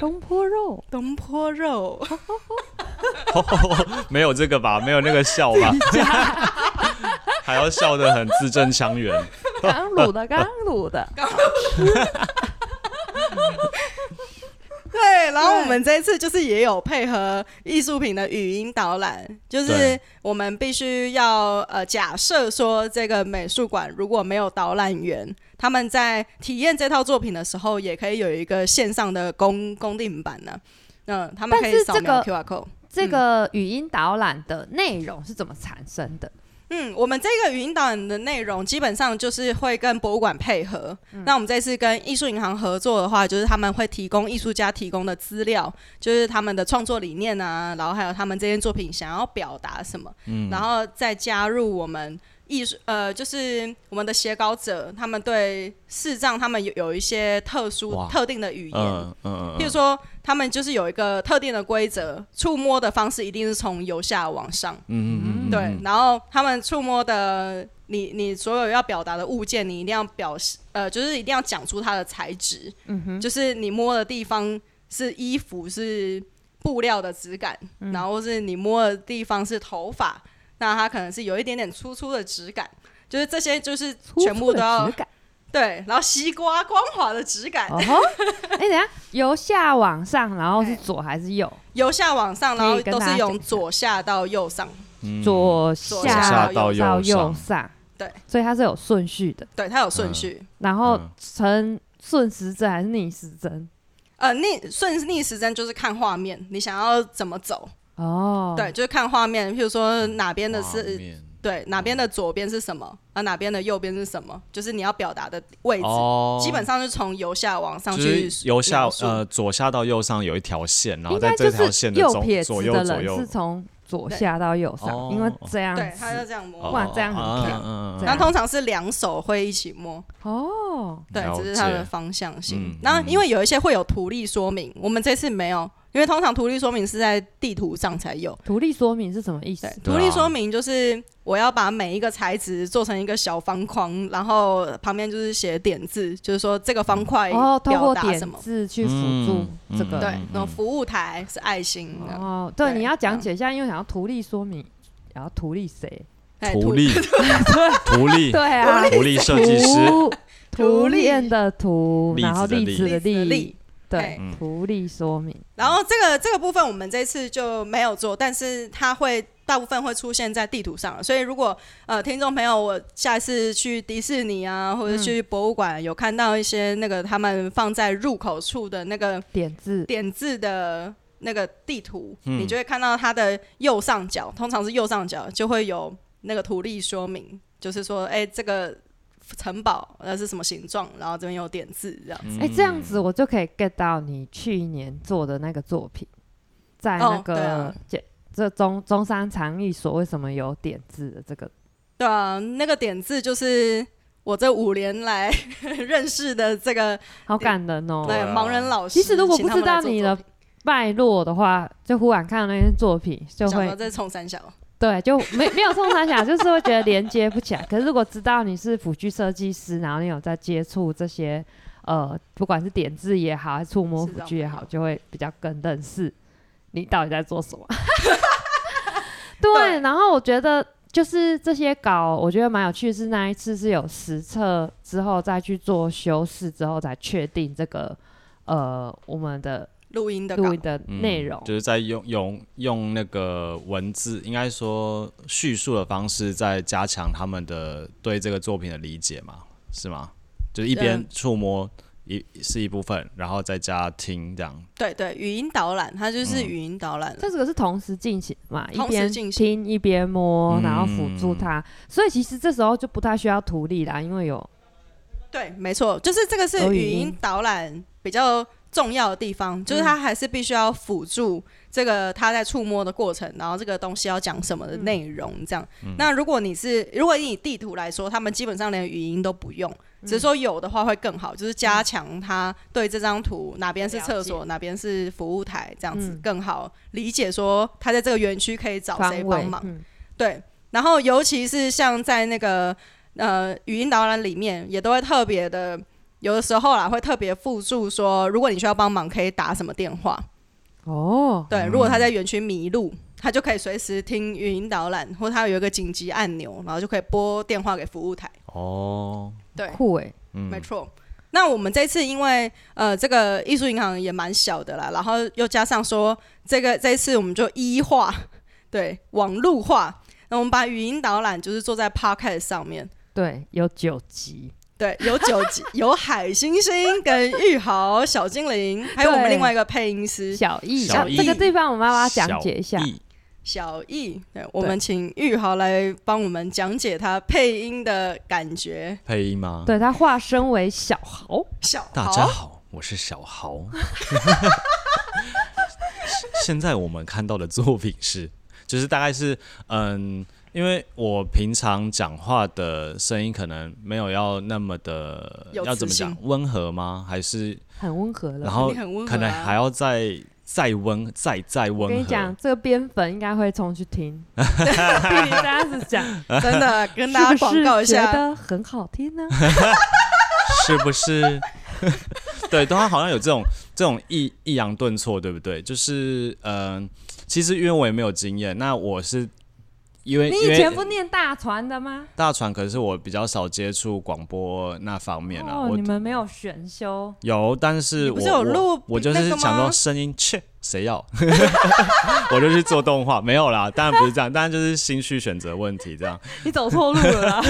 S2: 东坡 肉，
S1: 东坡 肉，
S3: 没有这个吧？没有那个笑吧？ 还要笑得很字正腔圆。
S2: 刚卤的，刚卤的，
S1: 对，然后我们这一次就是也有配合艺术品的语音导览，就是
S3: 对
S1: 我们必须要呃假设说这个美术馆如果没有导览员，他们在体验这套作品的时候，也可以有一个线上的公公定版呢、嗯，他们可
S2: 但
S1: 以
S2: 是
S1: 扫
S2: 这
S1: 描
S2: 个
S1: QR code。
S2: 这个语音导览的内容是怎么产生的？
S1: 嗯，我们这个语音导览的内容基本上就是会跟博物馆配合。
S3: 嗯
S1: 那我们这次跟艺术银行合作的话，就是他们会提供艺术家提供的资料，就是他们的创作理念啊，然后还有他们这件作品想要表达什么，
S3: 嗯
S1: 然后再加入我们艺术呃，就是我们的写稿者，他们对视障他们有有一些特殊
S3: 哇
S1: 特定的语言。
S3: 嗯嗯嗯，
S1: 譬如
S3: 嗯
S1: 说，他们就是有一个特定的规则，触摸的方式一定是从由下往上。
S3: 嗯嗯嗯，
S1: 对，然后他们触摸的你，你所有要表达的物件，你一定要表示，呃，就是一定要讲出它的材质，
S2: 嗯哼，
S1: 就是你摸的地方是衣服是布料的质感，
S2: 嗯
S1: 然后是你摸的地方是头发，那它可能是有一点点粗粗的质感，就是这些就是
S2: 粗
S1: 全
S2: 粗
S1: 部
S2: 的
S1: 都要
S2: 质感。
S1: 对，然后西瓜光滑的质感，
S2: 哦吼，哎、等一下由下往上，然后是
S1: 哎
S2: 左还是右？
S1: 由下往上，然
S2: 可以
S1: 后
S2: 跟
S1: 都
S2: 大
S1: 是
S2: 家讲
S1: 由
S2: 一下
S1: 左下到右上，
S3: 嗯
S2: 左
S1: 左
S2: 下
S1: 下到
S3: 右
S2: 到右
S3: 上
S2: 上，
S1: 对，
S2: 所以它是有顺序的。
S1: 对，它有顺序。
S2: 然后
S3: 嗯
S2: 呈顺时针还是逆时针？
S1: 呃，逆顺逆时针就是看画面，你想要怎么走，
S2: 哦，
S1: 对，，就是看画面，譬如说哪边的
S3: 画
S1: 是
S3: 面
S1: 对，哪边的左边是什么，啊，哪边的右边是什么，就是你要表达的位置，
S3: 哦，
S1: 基本上是从由下往上
S3: 就
S1: 去
S3: 是由下
S1: 描述
S3: 呃左下到右上有一条线，然后
S2: 应
S3: 在
S2: 该
S3: 这
S2: 就
S3: 条
S2: 是
S3: 线的
S2: 右
S3: 中
S2: 撇子
S3: 左右
S2: 的
S3: 左
S2: 人
S3: 右
S2: 是，从左下到右上
S3: 对，哦嗯
S2: 因为这样
S1: 对，他就
S2: 子
S1: 这样摸，
S2: 哇这样很
S1: 漂亮
S3: 亮
S1: 然后通常是两手会一起摸，
S2: 哦，
S1: 对，
S3: 了
S1: 只是它的
S3: 解
S1: 方向性
S3: 嗯。
S1: 然后因
S3: 嗯
S1: 为有一些会有图例说明，我们这次没有，因为通常图例说明是在地图上才有。
S2: 图例说明是什么意思
S1: 对？，
S3: 对
S1: 图例
S3: 啊
S1: 说明就是我要把每一个材质做成一个小方框，然后旁边就是写点字，就是说这个方块
S2: 哦，透
S1: 表
S2: 过
S1: 达
S2: 点
S1: 什么。
S2: 字去辅助这个。
S1: 对
S3: 嗯，
S1: 那种服务台是爱心的，
S2: 哦，对，
S1: 对嗯
S2: 你要讲解一下，因为想要图例说明，然后图例 谁？
S1: 哎
S3: 图例图例
S2: 对啊，
S3: 图例设计师，
S2: 图
S1: 图
S2: 图
S1: 例
S2: 练的图，
S3: 例子
S2: 然后
S3: 的
S2: 例
S3: 例
S2: 子的例，
S1: 例。
S2: 对
S1: 哎，
S2: 图例说明。
S1: 然后这个这个部分我们这次就没有做，但是它会大部分会出现在地图上，所以如果呃听众朋友，我下次去迪士尼啊，或
S2: 嗯
S1: 者去博物馆有看到一些那个他们放在入口处的那个
S2: 点字，
S1: 点字的那个地图，
S3: 嗯
S1: 你就会看到它的右上角，通常是右上角就会有那个图例说明，就是说，哎、这个城堡呃是什么形状，然后这边有点字这样。
S2: 哎，这样
S1: 嗯
S2: 子我就可以 get 到你去年做的那个作品，在那
S1: 哦对
S2: 个
S1: 啊
S2: 这这中中山长艺所为什么有点字的这个
S1: 对啊，那个点字就是我这五年来 认识的这个
S2: 好感人哦。
S1: 对
S3: 啊
S1: 盲人老师。
S2: 其实如果
S1: 请
S2: 不
S1: 他
S2: 知
S1: 们来
S2: 道
S1: 做
S2: 你
S1: 作
S2: 的
S1: 品
S2: 脉络的话，就忽然看到那些作品，就
S1: 想
S2: 会
S1: 说这是冲三小，
S2: 对，就没没有冲他想，就是会觉得连接不起来。可是如果知道你是辅具设计师，然后你有在接触这些呃，不管是点字也好，还是触摸
S1: 是
S2: 辅
S1: 这样
S2: 具也好，
S1: 没有
S2: 就会比较更认识你到底在做什么。 对，
S1: 对
S2: 然后我觉得就是这些稿，我觉得蛮有趣，是那一次是有实测之后再去做修饰，之后才确定这个呃我们的
S1: 录音的稿
S2: 录音的内容。
S3: 嗯就是在用用用那个文字，应该说叙述的方式，在加强他们的对这个作品的理解嘛，是吗？就是一边
S1: 嗯
S3: 触摸一是一部分，然后再加听这样。
S1: 对对，语音导览，它就是语音导览了。
S2: 这个是同时进行嘛，一
S1: 同时
S2: 边
S1: 进行
S2: 听一边摸，
S3: 嗯
S2: 然后辅助它，所以其实这时候就不太需要图例啦，因为有
S1: 对，没错，就是这个是
S2: 哦有语
S1: 语音
S2: 音嗯
S1: 导览比较重要的地方，就是它还是必须要辅助这个他在触摸的过程，然后这个东西要讲什么
S2: 嗯
S1: 的内容这样。那如果你是如果以地图来说，他们基本上连语音都不用，
S2: 嗯
S1: 只是说有的话会更好，就是加强他对这张图哪边是厕
S2: 了
S1: 所，哪边是服务台这样子
S2: 嗯
S1: 更好理解，说他在这个园区可以找谁
S2: 方
S1: 帮
S2: 位
S1: 忙。。
S2: 嗯
S1: 对，然后尤其是像在那个呃语音导览里面，也都会特别的，有的时候啦会特别附注说，如果你需要帮忙，可以打什么电话。
S2: 哦，
S1: 对，如果他在园区迷路，他就可以随时听语音导览，或他有一个紧急按钮，然后就可以拨电话给服务台。
S3: 哦，
S1: 对，
S2: 酷诶，欸
S3: 嗯
S1: 没错。那我们这次因为呃这个艺术银行也蛮小的啦，然后又加上说这个这一次我们就一化，对，网路化，那我们把语音导览就是做在 Podcast 上面。
S2: 对，有九集，
S1: 对，有九集，有海星星跟玉豪、小精灵，还有我们
S2: 对
S1: 另外一个配音师
S2: 小易，
S3: 小
S2: 啊
S3: 易
S2: 这个地方我妈妈讲解一下
S3: 小。易
S1: 小易。对，我们请玉豪来帮我们讲解他配音的感觉。
S3: 配音吗？
S2: 对他化身为小豪，
S1: 小
S3: 大
S1: 豪，
S3: 家好，我是小豪。 现在我们看到的作品是，就是大概是，嗯，因为我平常讲话的声音可能没有要那么的，
S1: 有
S3: 要怎
S1: 磁
S3: 么讲
S1: 性，
S3: 温和吗？还是
S2: 很温和
S3: 然
S2: 了。
S3: 后
S1: 你很温和啊
S3: 可能还要再再温再再
S2: 我跟你
S3: 温
S2: 讲
S3: 和？，
S2: 这个编粉应该会冲去 听， 听你这样子讲，
S1: 真的跟大家
S2: 是不
S1: 广
S2: 是
S1: 告一
S2: 觉
S1: 下，
S2: 得很好听呢？
S3: 是不是？ 对，都他好像有这种这种抑抑扬顿挫，对不对？就是嗯、其实因为我也没有经验，那我是 因为
S2: 你
S3: 因
S2: 以
S3: 为
S2: 前不念大船的吗？
S3: 大船可是我比较少接触广播那方面啊，
S2: 哦，
S3: 我
S2: 你们没有选 修，
S3: 有，但是
S1: 你
S3: 我
S1: 不是有录
S3: 我我就
S1: 那
S3: 是
S1: 个吗
S3: 想说声音切，谁要？ 我就去做动画，没有啦，当然不是这样，当然就是兴趣选择问题这样。
S2: 你走错路了啦。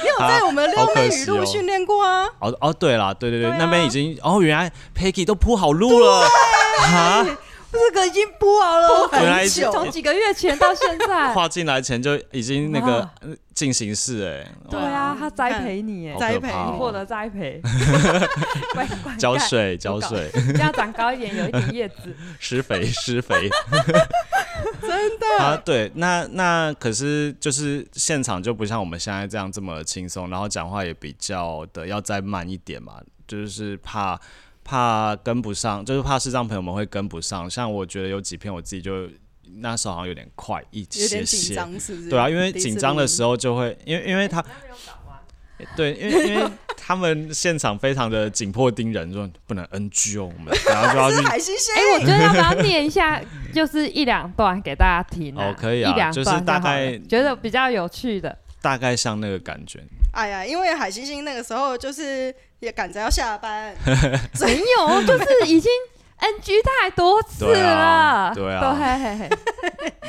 S1: 你有在我们
S3: 好
S1: 撩
S3: 可
S1: 妹
S3: 惜
S1: 语录
S3: 哦
S1: 训练过啊？
S3: 哦哦，对啦，对对对，
S1: 对啊
S3: 那边已经哦，原来 Peggy 都铺好路了啊，
S1: 这个已经播好了
S3: 原来
S1: 很
S3: 是
S1: 久，
S2: 从几个月前到现 在，
S3: 跨进来前就已经那个
S2: 哇
S3: 呃进行式哎、
S2: 对
S3: 哇
S2: 啊，
S1: 哇
S2: 他栽培你耶
S3: 好，
S1: 栽
S3: 可
S1: 培
S3: 怕
S2: 你获
S3: 哦
S2: 得栽 培，乖乖
S3: 浇
S2: 盖，
S3: 水浇水，
S2: 要长高一点，有一点叶子。
S3: 施肥施肥，真的啊，对，那那可是就是现场就不像我们现在这样这么轻松，然后讲话也比较的要再慢一点嘛，就是怕怕跟不上，就是怕视障朋友们会跟不上。像我觉得有几篇我自己就那时候好像有点快一
S1: 有点
S3: 些
S1: 紧
S3: 些，
S1: 张，是不是？
S3: 对啊，因为紧张的时
S1: 候，
S3: 候就会，因为因为他，对，因为因为 他们现场非常的紧迫盯人，说不能 NG 哦，我们然后就要
S1: 这
S3: 去
S1: 是 海星星
S2: 哎，，我觉得要不要念一下，就是一两段给大家听啊？
S3: 哦可以啊
S2: 一两段
S3: 就是大
S2: 好了
S3: 概
S2: 觉得比较有趣的。
S3: 大概像那个感觉，
S1: 哎呀，因为海星星那个时候就是也赶着要下班，
S2: 没有，就是已经 NG 太多次
S3: 对啊
S2: 了，
S3: 对啊
S2: 对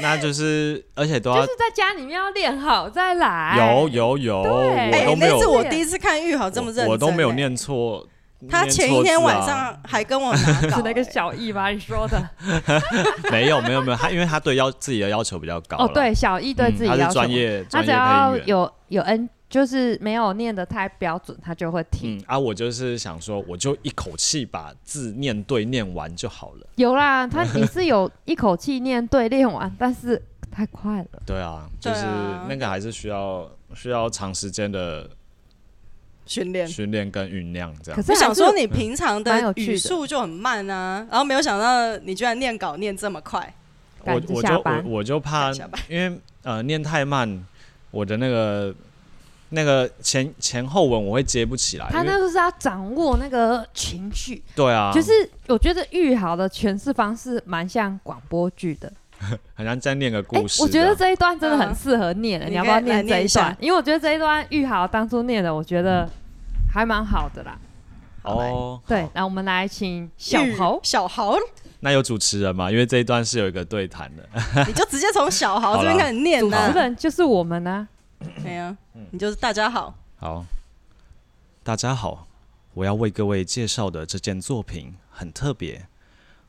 S3: 那就是而且都
S2: 就
S3: 要
S2: 是在家里面要练好再来。
S3: 有有有，
S2: 对
S3: 我
S1: 哎
S3: 都，没
S1: 那
S3: 有
S1: 是我第一次看玉豪这么认真，
S3: 我我都没有。念错。
S1: 他
S3: 念
S1: 前
S3: 错
S1: 一天
S3: 字啊
S1: 晚上还跟我拿欸稿，
S2: 是那个小易吧？你说的
S3: 没有没有没有，他因为他对要自己的要求比较高
S2: 哦，
S3: 啦，
S2: 对，小易对
S3: 嗯
S2: 自己
S3: 他
S2: 要
S3: 是
S2: 求，
S3: 专业
S2: 他
S3: 专
S2: 只
S3: 业
S2: 要
S3: 配音员。
S2: 有有 N，就是没有念的太标准，他就会停。
S3: 嗯啊，我就是想说，我就一口气把字念对念完就好了。
S2: 有啦，他你是有一口气念对练完，但是太快了。
S3: 对啊，就是
S1: 对啊
S3: 那个还是需要需要长时间的
S1: 训练。
S3: 训练跟酝酿这
S2: 可
S3: 样。
S2: 是
S1: 我想
S2: 还是
S1: 啊说，你平常
S2: 蛮有
S1: 的
S2: 趣的
S1: 语速就很慢啊，然后没有想到你居然念稿念这么快，
S3: 我
S2: 赶着
S3: 我
S2: 下
S3: 就我
S2: 班
S3: 我就怕
S1: 赶下班，
S3: 因为呃念太慢，我的那个那个前前后文我会接不起来。
S2: 他
S3: 因为
S2: 那就是要掌握那个情绪，
S3: 对啊，
S2: 就是我觉得玉豪的诠释方式蛮像广播剧的。
S3: 好像在念个故
S2: 哎，
S3: 事啊
S2: 我
S3: 这
S2: 觉
S3: 样。
S2: 得这一段真的很
S1: 嗯
S2: 适合念的，
S1: 你
S2: 你要不要
S1: 可以来
S2: 念这
S1: 念一
S2: 一
S1: 下
S2: 段？因为我觉得这一段玉豪当初念的，我觉
S3: 嗯
S2: 得还蛮好的啦。
S3: 哦，
S2: 对，那我们来请小
S1: 玉
S2: 豪，
S1: 小豪，
S3: 那有主持人吗？因为这一段是有一个对谈的。
S1: 你就直接从小豪这边
S3: 好啦
S1: 开始念
S2: 主
S1: 呐
S2: 持，人就是我们啊呢、
S1: 没有，
S3: 嗯
S1: 你就是大家好，
S3: 好，大家好，我要为各位介绍的这件作品很特别，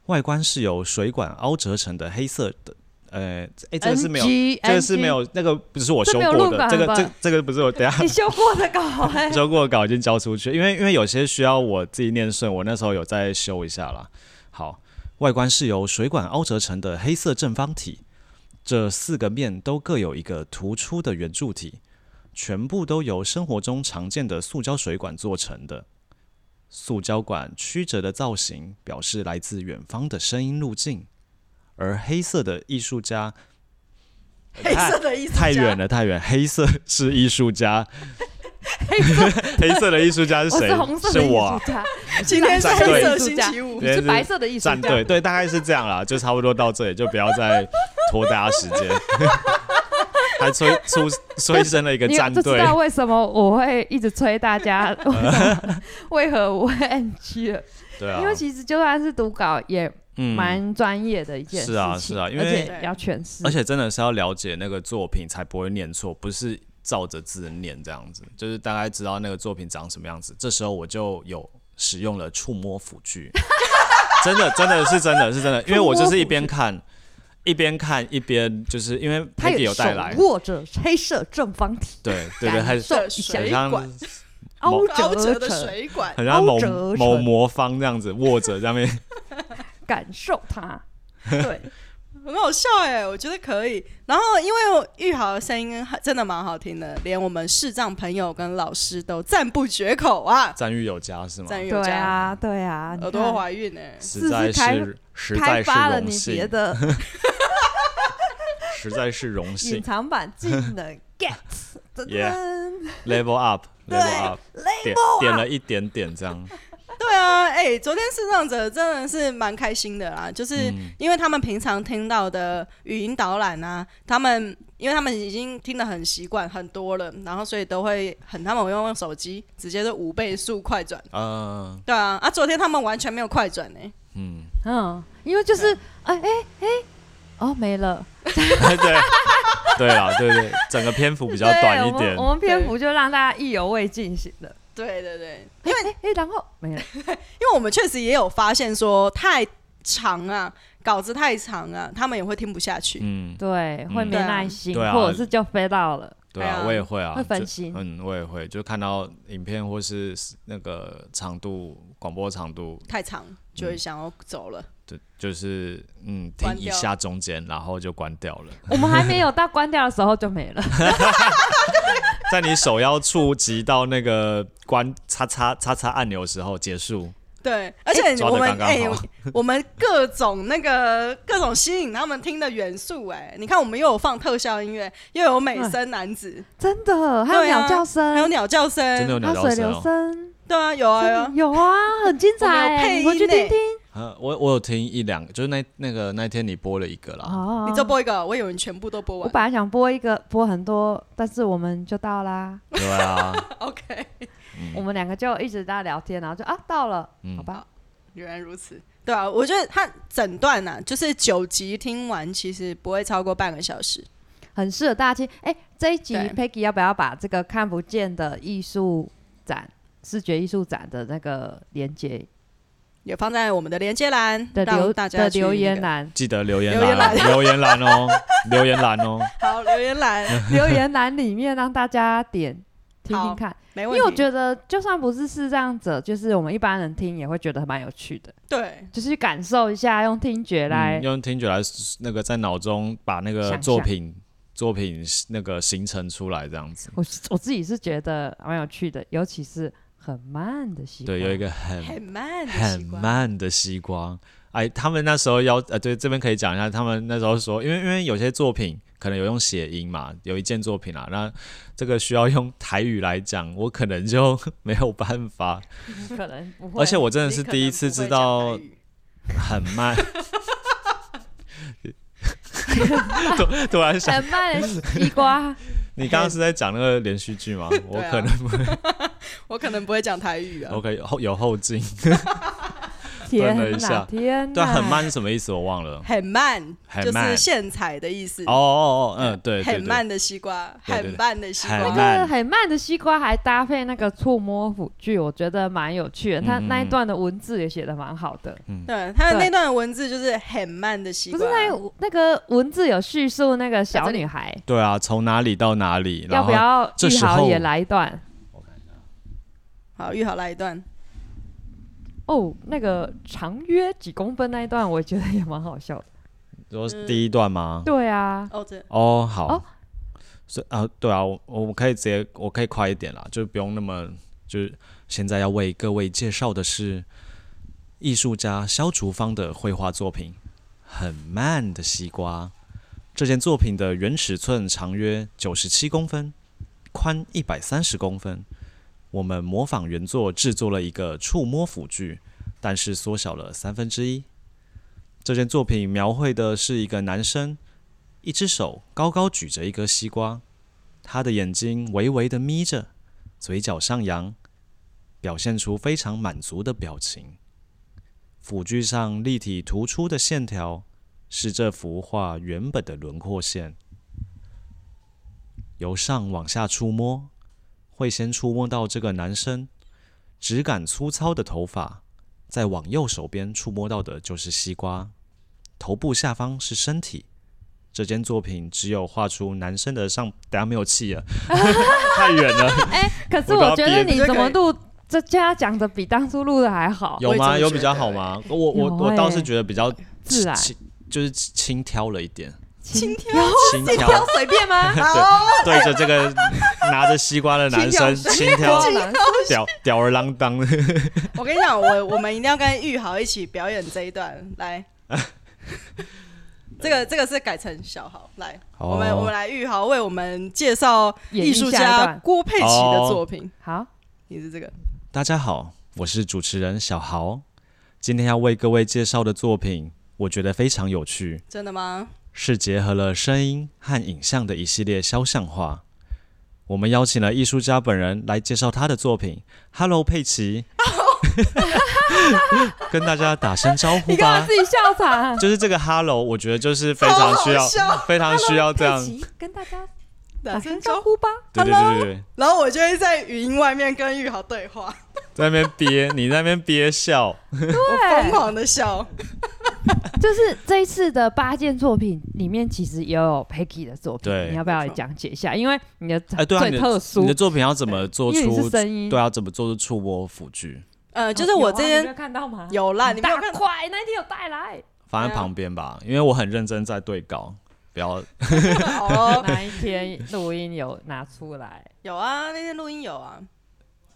S3: 外观是由水管凹折成的黑色的，呃，哎，这个是没有，
S2: NG
S3: 这个是没，有，那个不是我修过的，
S2: 这
S3: 这
S2: 没有录
S3: 个
S2: 吧
S3: 这这个不是我，等一 下
S2: 你修过的稿 哎、
S3: 修过的稿已经交出去，因为因为有些需要我自己念顺，我那时候有再修一下啦。好，外观是由水管凹折成的黑色正方体，这四个面都各有一个突出的圆柱体，全部都由生活中常见的塑胶水管做成的。塑胶管曲折的造型表示来自远方的声音路径，而黑色的艺术家
S1: 黑色的意思
S3: 太远
S1: 了，
S3: 了，太远。黑色是艺术家，黑色的艺术家是
S2: 我
S3: 谁？
S2: 是红色的艺
S3: 我啊
S2: 术。家，
S1: 今天是
S3: 战
S1: 黑
S3: 队
S1: 色星期五
S2: 你，是白色的艺术
S3: 战
S2: 家
S3: 队，对，大概是这样啦，就差不多到这里，就不要再拖大家时间。还催出催生了一个
S2: 你
S3: 战
S2: 就知
S3: 队。
S2: 道为什么我会一直催大家，为什么 为何我会 NG 了？
S3: 对啊
S2: 因，为其实就算是读稿，也
S3: 嗯
S2: 蛮专业的一件事情，
S3: 是啊是啊因为
S2: 而且要诠释，
S3: 而且真的是要了解那个作品才不会念错，不是照着字念这样子，就是大概知道那个作品长什么样子。这时候我就有使用了触摸 辅具，真的真的是真的是真的，因为我就是一边看一边看一边就是因为 p
S2: 他
S3: e
S2: 也
S3: 有
S2: 手
S3: 带来，
S2: 握着黑色正方体，
S3: 对对对，还
S2: 受
S1: 的
S2: 一下
S3: 很
S1: 水
S3: 像
S1: 管，
S2: 凹
S1: 凹折
S2: 折
S1: 的
S2: 成
S1: 水管，
S3: 很像某
S2: 凹折成
S3: 某魔方这样子握着上面，
S2: 感受 它。对，
S1: 很好笑哎、我觉得可以。然后因为玉豪的声音真的蛮好听的，连我们视障朋友跟老师都赞不绝口啊，
S3: 赞誉有加是吗？
S1: 赞誉 有
S2: 对
S1: 加，
S2: 啊，对啊，
S1: 耳
S2: 你
S1: 朵
S2: 看
S1: 怀孕哎、
S3: 实在
S2: 是开
S3: 是实
S2: 开
S3: 在是
S2: 发了你
S3: 荣
S2: 别
S3: 幸，
S2: 的
S3: 实在是荣幸
S2: 隐藏版技 能 get，噔
S3: Yeah
S2: 噔，
S3: ，level up，level up，点
S2: 哎
S3: 点了一点点这样。
S1: 对啊，哎、昨天视障者真的是蛮开心的啦，就是
S3: 嗯
S1: 因为他们平常听到的语音导览啊，他们因为他们已经听得很习惯很多了，然后所以都会很他们会用手机直接是五倍速快转，
S3: 嗯
S1: 对啊，啊，昨天他们完全没有快转呢、欸
S3: 嗯，
S2: 嗯，因为就是哎哎哎，哦没了，
S3: 对，对啊，对对，整个篇幅比较
S2: 对
S3: 短一
S2: 我们
S3: 点
S2: 我，们篇幅就让大家意犹未尽型的，
S1: 对对对，
S2: 因为哎哎，然后没了，
S1: 因为我们确实也有发现说太长啊，稿子太长啊，他们也会听不下去。
S3: 嗯，
S2: 对，会没
S1: 对啊
S2: 耐心，
S3: 对啊
S2: 或者是就飞到了，
S3: 对
S1: 哎
S3: 啊，
S1: 呀
S3: 我也会啊，
S2: 会分
S3: 就
S2: 心
S3: 嗯，我也会，就看到影片或是那个长度，广播长度，
S1: 太长就会想要走了，
S3: 就就是嗯，
S1: 关
S3: 听一
S1: 掉
S3: 下中间，然后就关掉了，
S2: 我们还没有到关掉的时候就没了，
S3: 在你手要触及到那个关叉叉叉叉按钮的时候结束，
S1: 对，而且
S3: 哎抓
S1: 我
S3: 得
S1: 们哎
S3: 刚刚好。
S1: 我们各种那个各种吸引他们听的元素、哎，你看我们又有放特效音乐，又有美
S2: 哎
S1: 声男子，
S2: 真的，还有
S1: 对啊
S2: 鸟叫
S1: 还有
S2: 声，
S1: 鸟叫
S3: 真
S1: 声，
S2: 还有
S3: 的有鸟叫
S2: 呃水
S3: 声
S2: 流
S3: 哦。
S2: 声，
S1: 对啊，有啊有啊
S2: 真的，有啊，很精
S1: 我
S2: 彩
S1: 们有配
S2: 欸，
S1: 音
S2: 你回去听
S1: 呢
S2: 听
S3: 啊，我我有听一两个，就是那那个那天你播了一个啦，
S2: 哦
S1: 你就播一个，我以为你全部都播
S2: 我
S1: 完。
S2: 本来想播一个播很多，但是我们就到啦，
S3: 对啊，
S1: OK，
S2: 我们两个就一直在聊天，然后就啊到了，
S3: 嗯
S2: 好吧，
S1: 原来如此。对啊，我觉得他整段呐、啊，就是九集听完，其实不会超过半个小时。
S2: 很适合大家听。哎、这一集
S1: 对
S2: Peggy 要不要把这个看不见的艺术展、视觉艺术展的那个连接
S1: 也放在我们的连接栏，
S2: 的留
S1: 让大家
S2: 的
S1: 去
S2: 留
S1: 那
S2: 言
S1: 个
S2: 栏
S3: 记得留言
S1: 留言
S3: 栏，留言栏哦，留言栏哦，
S1: 好留言栏，
S2: 留言栏里面让大家点听
S1: 好
S2: 听看，
S1: 没
S2: 因
S1: 问题。
S2: 为我觉得就算不是视障者，就是我们一般人听也会觉得蛮有趣的，
S1: 对
S2: 就是去感受一下，用听觉来
S3: 嗯、用听觉来那个在脑中把那
S2: 想
S3: 个
S2: 象
S3: 作品作品那个形成出来这样子。
S2: 我是我自己是觉得蛮有趣的，尤其是很慢的习惯。
S3: 对，有一个很
S1: 很慢的
S3: 很
S1: 习惯，
S3: 慢的西瓜。哎，他们那时候要呃，对，这边可以讲一下，他们那时候说，因为因为有些作品可能有用谐音嘛，有一件作品啊，那这个需要用台语来讲，我可能就 没有办法，
S2: 不可能不会。
S3: 而且我真的
S1: 你
S3: 是
S1: 可
S3: 第一
S1: 能
S3: 次
S1: 不会
S3: 知
S1: 讲
S3: 道
S1: 台语
S3: 很 慢。突突然
S1: 呃
S3: 想，
S2: 很慢的西瓜，
S3: 你刚刚是在讲那个连续剧吗？
S1: 啊
S3: 我可能不
S1: 我可能不会讲台语啊。
S3: OK 后有后劲，
S2: 天
S3: 顿了一下
S2: 哪，天哪，
S3: 对啊，很慢是什么意思？我忘了。
S1: 很慢，
S3: 很
S1: 就
S3: 慢
S1: 是现采的意思。
S3: 哦哦哦，嗯，对，对
S1: 很，慢的西瓜，
S3: 对对
S1: 很
S3: 对
S1: 慢的西
S3: 很
S2: 那
S1: 瓜。
S2: 个
S3: 慢
S2: 很慢的西瓜还搭配那个触摸辅具，我觉得蛮有趣的。他
S3: 嗯嗯嗯嗯
S2: 那一段的文字也写的蛮好的，
S1: 对，他的
S2: 对
S1: 那段文字就是很慢的西
S2: 不
S1: 瓜。
S2: 是那个那个文字有叙述那个小女孩
S3: 对，对啊，从哪里到哪里，
S2: 要
S3: 然
S2: 不
S3: 后
S2: 要
S3: 这
S2: 玉
S3: 时
S2: 豪
S3: 候
S2: 也来一段？
S1: 好，玉好来一段。
S2: 哦，那个长约几公分那一段，我觉得也蛮好笑的。
S3: 说
S1: 嗯
S3: 是第一段吗？
S2: 对啊，
S1: 哦，这
S3: 哦，好
S2: 哦，
S3: 所以啊，对啊，我我可以直接，我可以快一点啦，就不用那么，就是现在要为各位介绍的是艺术家萧竹芳的绘画作品《很慢的西瓜》。这件作品的原尺寸长约九十七公分，宽一百三十公分。我们模仿原作制作了一个触摸辅具，但是缩小了三分之一。这件作品描绘的是一个男生一只手高高举着一颗西瓜，他的眼睛微微的眯着，嘴角上扬，表现出非常满足的表情。辅具上立体突出的线条是这幅画原本的轮廓线，由上往下触摸，会先触摸到这个男生质感粗糙的头发，再往右手边触摸到的就是西瓜，头部下方是身体。这件作品只有画出男生的上，等下没 有气了，太远了，
S2: 哎、可是
S3: 我都要
S2: 我觉得
S3: 憋
S1: 着
S2: 你怎么录这家讲的比当初录的还好，
S3: 有
S1: 我
S3: 吗？
S1: 也这么
S3: 有
S1: 觉
S3: 比较
S1: 得
S3: 好吗？我我
S2: 有
S3: 我倒是
S2: 欸
S3: 觉得比较
S2: 自然
S3: 轻，就是轻挑了一点，
S1: 轻 挑，
S3: 轻
S2: 轻
S3: 挑
S2: 挑随便吗？
S1: 好，哦
S3: 对着这个拿着西瓜的男生轻 挑，吊吊儿郎当的。
S1: 我跟你讲，我我们一定要跟玉豪一起表演这一段， 来。这个这个是改成小豪来，
S3: 哦
S1: 我们我们来玉豪为我们介绍
S2: 演
S1: 艺
S2: 绎
S1: 术
S2: 下一
S1: 家
S2: 段
S1: 郭佩奇
S3: 哦
S1: 的作品。
S2: 好，
S1: 你是这个
S3: 大家好，我是主持人小豪，今天要为各位介绍的作品，我觉得非常有趣，
S1: 真的吗？
S3: 是结合了声音和影像的一系列肖像画。我们邀请了艺术家本人来介绍他的作品。Hello，佩奇， 跟大家打声招呼
S2: 你干嘛
S3: 吧
S2: 自。己笑场？
S3: 就是这个 Hello，我觉得就是非常需要
S1: 好好笑，
S3: 非常需要 这样。
S2: 佩奇跟大家
S1: 打
S2: 打
S1: 声
S2: 声
S1: 招
S2: 招
S1: 呼，
S2: 呼吧。
S3: 对对对对对。
S1: 然后我就会在语音外面跟玉豪对话，
S3: 在那边憋，你在那边憋笑，
S1: 疯
S2: 对，
S1: 狂的笑。
S2: 就是这一次的八件作品里面，其实也有 Peggy 的作品，
S3: 对
S2: 你要不要来讲解一下？因为你的
S3: 哎，对啊，你
S2: 最特
S3: 的你
S2: 殊
S3: 的，作品要怎么做
S2: 因为你
S3: 出
S2: 是？声音，
S3: 对啊，怎么做出触摸辅具？
S1: 呃，就是我这
S2: 有啊你没
S1: 边
S2: 有看到吗？
S1: 有啊啦，你没有
S2: 大
S1: 看
S2: 块那一天有带来
S3: 放
S2: 啊
S3: 在旁边吧，因为我很认真在对稿，不要
S1: 到哦？
S2: 那一天录音有拿出来，
S1: 有啊，那天录音有啊。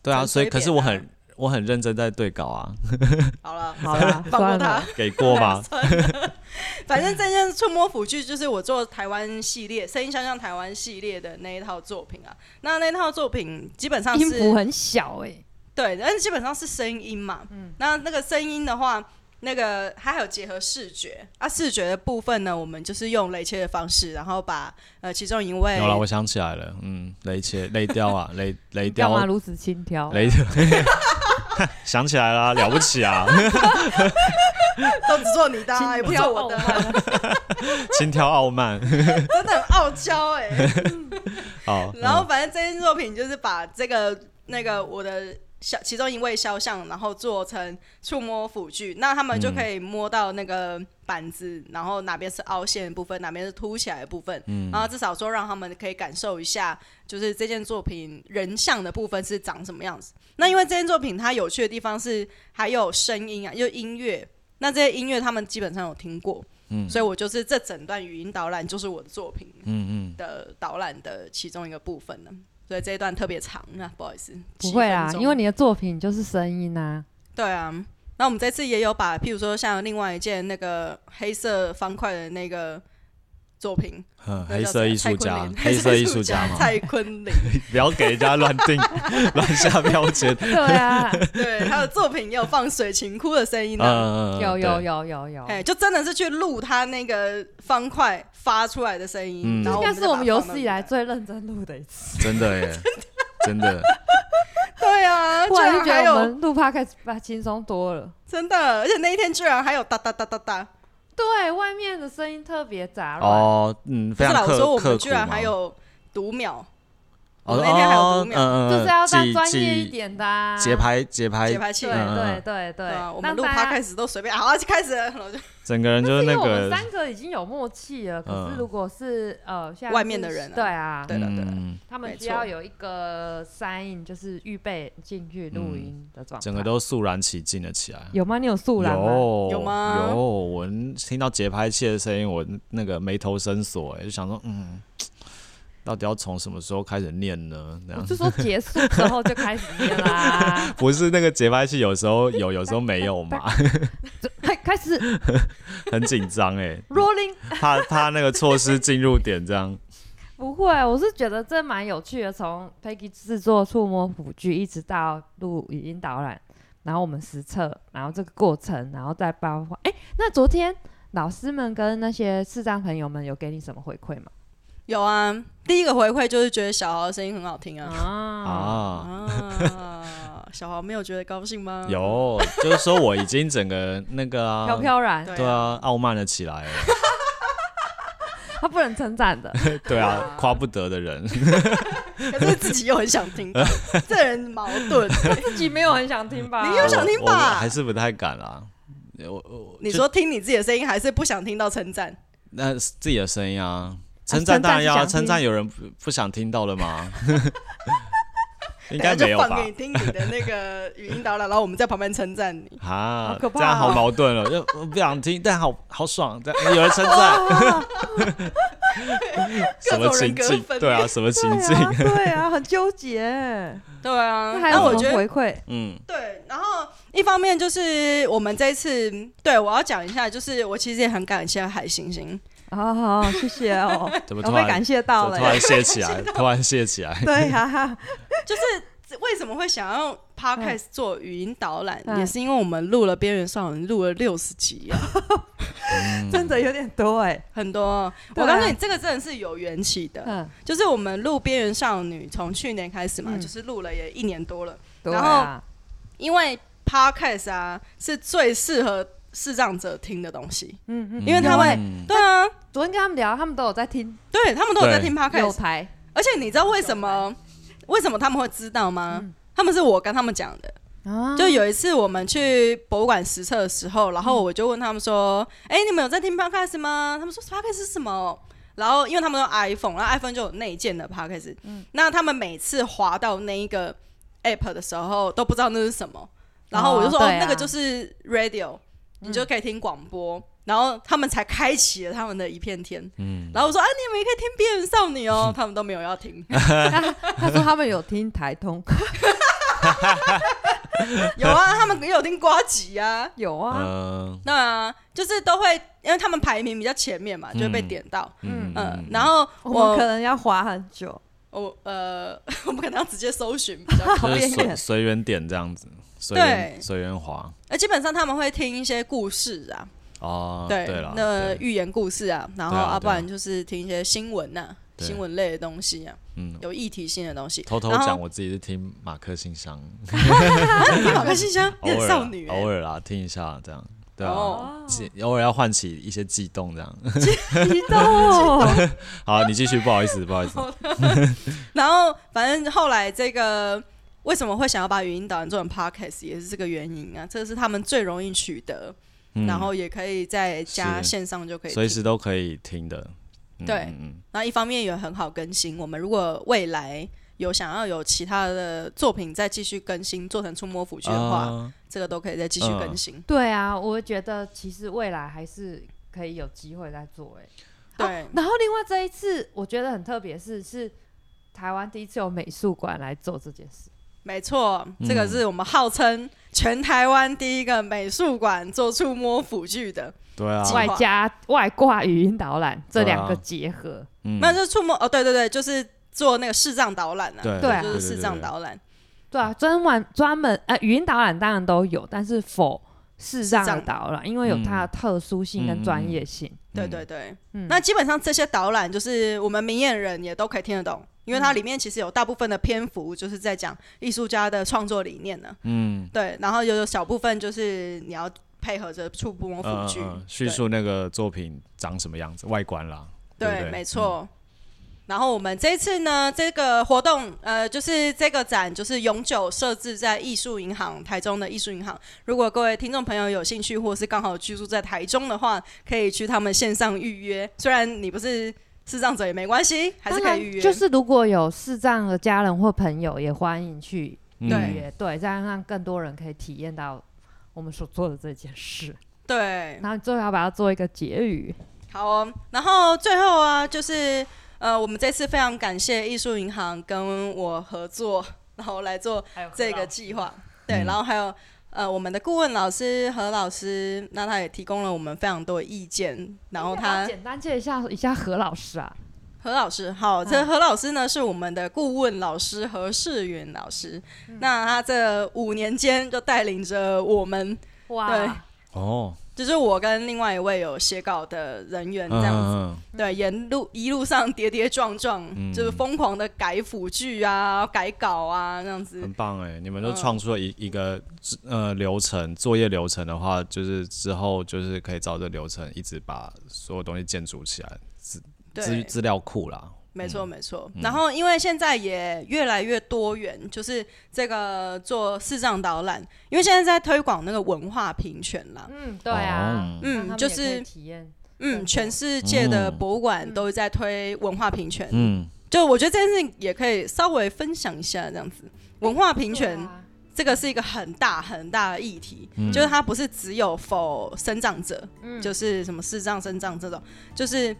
S3: 对啊，
S1: 很
S3: 所以
S1: 随
S3: 可是
S1: 便
S3: 我
S1: 啊
S3: 很我很认真在对稿啊，
S1: 好 了，
S2: 好啦
S1: 放过
S2: 算
S1: 他。
S2: 了。
S3: 给过吧
S1: 反正这件触摸辅具就是我做台湾系列《声音相像台湾》系列的那一套作品啊。那那套作品基本上
S2: 音符
S1: 是
S2: 很小哎、
S1: 对，但是基本上是声音嘛。嗯，那那个声音的话，那个它还有结合视觉啊。视觉的部分呢，我们就是用雷切的方式，然后把呃其中一位
S3: 有了，我想起来了，嗯，雷切雷雕啊， 雷雷
S2: 你干嘛
S3: 雕
S2: 如此轻佻？
S3: 雷， 想起 来啦，了不起啊，
S1: 都只做你的啊，也不做我的啊，
S3: 轻佻傲慢，
S1: 真的很傲娇哎、
S3: 好，
S1: 然后反正这件作品就是把这个那个我的肖其中一位肖像，然后做成触摸辅具，那他们就可以摸到那个板子，然后哪边是凹陷的部分，哪边是凸起来的部分，然后至少说让他们可以感受一下，就是这件作品人像的部分是长什么样子。那因为这件作品它有趣的地方是还有声音啊，就音乐。那这些音乐他们基本上有听过，嗯，所以我就是这整段语音导览就是我的作品，
S3: 嗯嗯
S1: 的导览的其中一个部分呢，所以这一段特别长啊，不好意思，
S2: 不会
S1: 7
S2: 啦
S1: 分，钟
S2: 因为你的作品就是声 音啊。
S1: 对啊。那我们这次也有把，譬如说像另外一件那个黑色方块的那个作品，
S3: 嗯，
S1: 那
S3: 黑
S1: 叫什
S3: 色
S1: 么
S3: 艺术
S1: 蔡
S3: 家
S1: 坤林，
S3: 黑色艺术家嘛，
S1: 蔡坤林，
S3: 不要给人家乱 定乱下标签，
S2: 对啊，
S1: 对，他的作品也有放水琴哭的声音
S3: 嗯
S1: 呢、啊。
S3: 嗯嗯，
S2: 有
S3: 对
S2: 有有有有，
S1: 哎，就真的是去录他那个方块发出来的声音，
S3: 嗯
S1: 然后
S2: 应该是
S1: 我
S2: 我
S1: 们
S2: 们
S1: 就把它
S2: 有
S1: 放到
S2: 史以来最认真录的一次。
S3: 真 的耶，真的。
S1: 对 啊，居
S2: 忽然
S1: 然
S2: 就
S1: 还
S2: 觉得我
S1: 有
S2: 们录 podcast 吧轻松多了。
S1: 真的，而且那一天居然还有哒哒哒哒哒，
S2: 对外面的声音特别杂乱，
S3: 哦，嗯，
S1: 不
S3: 非
S1: 是啦，
S3: 常
S1: 我
S3: 刻
S1: 说我
S3: 刻
S1: 们
S3: 苦
S1: 居然
S3: 嘛。
S1: 还有读秒，我
S3: 哦
S1: 们那天还有
S3: 哦
S1: 读秒，
S3: 嗯
S2: 就是要再
S3: 记
S2: 专业一
S3: 记
S2: 点的、啊。
S3: 节，拍节拍，
S1: 节拍器
S2: 对
S3: 嗯
S2: 对对对
S1: 对啊，我们录
S2: 那大
S1: 趴
S2: 家
S1: 开始都随便，好，啊就开始 了，然后就
S3: 整个人就是
S2: 因为
S3: 那
S2: 我们
S3: 个，
S2: 三个已经有默契了，可
S3: 嗯
S2: 是如果是呃像
S1: 外面
S2: 是
S1: 的人啊
S2: 对啊，
S1: 对了对了
S3: 嗯，
S2: 他
S1: 没
S2: 们需
S1: 错
S2: 要有一个 sign，就是预备进去录音的状态。
S3: 嗯整个都肃然起敬了起来。
S2: 有吗？你有素然吗？
S3: 有
S1: 有吗
S3: 有，我听到节拍器的声音，我那个眉头深锁，哎，就想说，嗯，到底要从什么时候开始念呢？那
S2: 我
S3: 样
S2: 是说结束之后就开始念 啦，
S3: 不是那个节拍器，有时候有，有时候没有嘛，
S2: 就开开始
S3: 很紧张哎，
S2: rolling。
S3: 怕怕那个措施进入点这样。
S2: 不会，我是觉得这蛮有趣的。从 Peggy 制作触摸辅具，一直到录语音导览，然后我们实测，然后这个过程，然后再包括哎，那昨天老师们跟那些视障朋友们有给你什么回馈吗？
S1: 有啊，第一个回馈就是觉得小豪的声音很好听啊。
S2: 啊，
S3: 啊，
S2: 嗯
S1: 啊， 小豪没有觉得高兴吗？
S3: 有，就是说我已经整个那个啊，
S2: 飘飘然，
S1: 对
S3: 对啊，傲慢了起来了，
S2: 他不能称赞的，
S3: 对啊，夸不得的人，
S1: 可是自己又很想 听，这人矛盾。
S2: 自己没有很想听 吧？
S1: 你有想听
S3: 我
S1: 吧
S3: 我还是不太敢啦。我我
S1: 你说听你自己的声音，还是不想听到称赞？
S3: 那是自己的声音啊，称
S2: 称赞
S3: 赞当然
S2: 是
S3: 要啊，
S2: 想
S3: 称
S2: 听
S3: 赞有人不不想听到 了吗？应
S1: 等
S3: 该
S1: 下就
S3: 没有
S1: 放
S3: 吧
S1: 给？你听你的那个语音导览，然后我们在旁边称赞你。
S3: 啊
S2: 好可，怕
S3: 这样好
S2: 哦
S3: 矛盾了，就我不想听，但好好爽，这样有人称赞， 什
S1: 各
S3: 么
S1: 种人
S3: 情
S1: 格
S3: 境？
S1: 分裂
S3: 对啊，什么情
S2: 对
S3: 境？
S2: 啊，对啊，很纠结。
S1: 对啊
S2: 那还
S1: 那我
S2: 有
S1: 觉
S2: 什么
S1: 得
S2: 回馈？
S3: 嗯，
S1: 对。然后一方面就是我们这一次，对我要讲一下，就是我其实也很感谢海星星，
S2: 好好，谢谢 哦，
S3: 怎么
S2: 我
S3: 突
S2: 被感
S3: 然
S2: 谢到
S3: 怎么
S2: 了
S3: 突
S2: 耶。
S3: 然谢起 来？突然谢起来？
S2: 对啊，
S1: 就是为什么会想要 podcast 做语音导览，
S2: 嗯
S1: 也是因为我们录了《边缘少女》录了六十集啊，
S3: 嗯
S2: 真的有点多哎。
S1: 很多。
S2: 对
S1: 我
S2: 啊
S1: 告诉你，这个真的是有缘起的。
S2: 嗯，
S1: 就是我们录《边缘少女》，从去年开始嘛，
S2: 嗯
S1: 就是录了也一年多了。
S2: 对
S1: 然后
S2: 啊，
S1: 因为 podcast 啊是最适合视障者听的东西，
S2: 嗯嗯。
S1: 因为他会
S3: 嗯
S1: 对啊，
S2: 昨天跟他们聊，他们都有在听
S1: 对他们都有在
S3: 对
S1: 听
S2: 有
S1: podcast，
S2: 台，
S1: 而且你知道为什么为什么他们会知道吗？他们是我跟他们讲的，
S2: 嗯啊
S1: 就有一次我们去博物馆实测的时候，然
S2: 嗯
S1: 后我就问他们说：“哎、你们有在听 podcast 吗？”他们说：“podcast 是什么？”然后因为他们用 iPhone，然后 iPhone 就有内建的 podcast，、那
S2: 嗯
S1: 他们每次滑到那一个 app 的时候都不知道那是什么，然后我就说：“
S2: 哦
S1: 哦，
S2: 对啊嗯
S1: 那个就是 radio，你就可以听广播。然后他们才开启了他们的一片天，
S3: 嗯
S1: 然后我说啊，你们也可以听《边缘少女》哦，他们都没有要听，
S2: 他说他们有听台通，
S1: 有啊，他们也有听瓜吉啊，
S2: 有啊，
S3: 嗯
S1: 那、啊、就是都会，因为他们排名比较前面嘛，就会被点到。
S3: 嗯
S1: 嗯，然后
S2: 我们可
S1: 我
S2: 能要滑很
S3: 哦
S2: 久。
S1: 我呃， 我们可能要直接搜寻比较快。
S2: 好
S3: 就是
S2: 边
S3: 随
S2: 缘
S3: 随缘点这样子，随缘
S1: 对
S3: 随缘滑
S1: 呃，基本上他们会听一些故事啊，
S3: 哦，
S1: 对，
S3: 了，
S1: 那
S3: 对
S1: 寓言故事啊，然后
S3: 对啊
S1: 啊，
S3: 对啊
S1: 不然就是听一些新闻呐、
S3: 对
S1: 新闻类的东西啊，
S3: 嗯，
S1: 有议题性的东西。
S3: 偷偷
S1: 然后
S3: 讲，我自己是听马克信箱，
S1: 啊，你好看信箱，你
S3: 偶
S1: 很
S3: 尔
S1: 少
S3: 啦
S1: 女、欸
S3: 偶，尔啦听一下这样，对啊，
S1: 哦
S3: 激偶尔要唤起一些悸动这样。
S2: 激动，哦
S3: 好，你继续，不好意 思，不好意思，
S1: 然后反正后来这个为什么会想要把语音导演做成 podcast，也是这个原因啊，这是他们最容易取得，
S3: 嗯
S1: 然后也可以在家
S3: 是
S1: 线上就可以听
S3: 随时都可以听的，嗯
S1: 对
S3: 嗯嗯
S1: 然后一方面也很好更新。我们如果未来有想要有其他的作品再继续更新，做成触摸辅具的话，
S3: 啊
S1: 这个都可以再继续
S3: 嗯
S1: 更新。
S2: 对啊，我觉得其实未来还是可以有机会再做哎、
S1: 对、
S2: 然后另外这一次我觉得很特别是是台湾第一次有美术馆来做这件事，
S1: 没错，
S3: 嗯
S1: 这个是我们号称全台湾第一个美术馆做触摸辅具的，
S3: 对啊
S1: 计，划
S2: 外加外挂语音导览这两个
S3: 对啊
S2: 结合，
S3: 嗯
S1: 那、就是触摸哦，对对对，就是做那个视障导览啊，
S3: 对
S2: 对啊
S1: 就是视障，
S3: 对
S1: 导览，
S2: 对啊，专门专门呃语音导览当然都有，但是否视障
S1: 视
S2: 的
S1: 障
S2: 导览，因为有它的特殊性跟专业性，
S1: 对
S3: 嗯
S1: 对对。
S2: 嗯
S1: 那基本上这些导览就是我们明眼人也都可以听得懂，因为它里面其实有大部分的篇幅就是在讲艺术家的创作理念呢、
S3: 嗯，
S1: 对，然后有有小部分就是你要配合着触摸
S3: 呃
S1: 辅具，
S3: 呃叙述那个作品长什么样子，外观啦，
S1: 对，
S3: 对不对
S1: 没错。然后我们这次呢，这个活动，呃，就是这个展就是永久设置在艺术银行台中的艺术银行。如果各位听众朋友有兴趣，或是刚好居住在台中的话，可以去他们线上预约。 虽然你不是视障者也没关系，还是
S2: 当
S1: 可
S2: 然
S1: 以预约。
S2: 嗯就是如果有视障的家人或朋友，也欢迎去
S3: 嗯
S2: 对也对，这样让更多人可以体验到我们所做的这件事。
S1: 对，
S2: 然后最后要把它做一个结语，
S1: 好哦。然后最后啊，就是呃，我们这次非常感谢艺术银行跟我合作，然后来做这个计划。对，
S3: 嗯
S1: 然后还有呃，我们的顾问老师何老师，那他也提供了我们非常多的意见。然后
S2: 要不要
S1: 他
S2: 简单介绍一下何老师啊，
S1: 何老师，好，这何老师呢是我们的顾问老师何世云老师。那他这五年间就带领着我们，
S2: 哇
S1: 对
S3: 哦，
S1: 就是我跟另外一位有写稿的人员这样子，
S3: 嗯嗯
S1: 对，沿路一路上跌跌撞撞，
S3: 嗯
S1: 就是疯狂的改辅剧啊、改稿啊这样
S3: 嗯
S1: 子
S3: 很。棒哎、你们都
S1: 嗯
S3: 创出了一、一个呃流程，作业流程的话，就是之后就是可以照这流程一直把所有东西建筑起来，资
S1: 对，
S3: 资料库啦，
S1: 没错
S2: 嗯
S1: 没错。然后因为现在也越来越多元，就是这个做视障导览，因为现在在推广那个文化平权啦。
S2: 嗯，对啊，
S3: 哦
S1: 嗯
S2: 让他们
S1: 就
S2: 也可以
S1: 是
S2: 体验，啊
S1: 嗯，全世界的
S3: 嗯
S1: 博物馆都在推文化平权。
S3: 嗯，
S1: 就我觉得这件事情也可以稍微分享一下，这样子文化平权
S2: 对啊
S1: 这个是一个很大很大的议题，
S3: 嗯
S1: 就是它不是只有否生长者，就是什么视障、生障这种，就是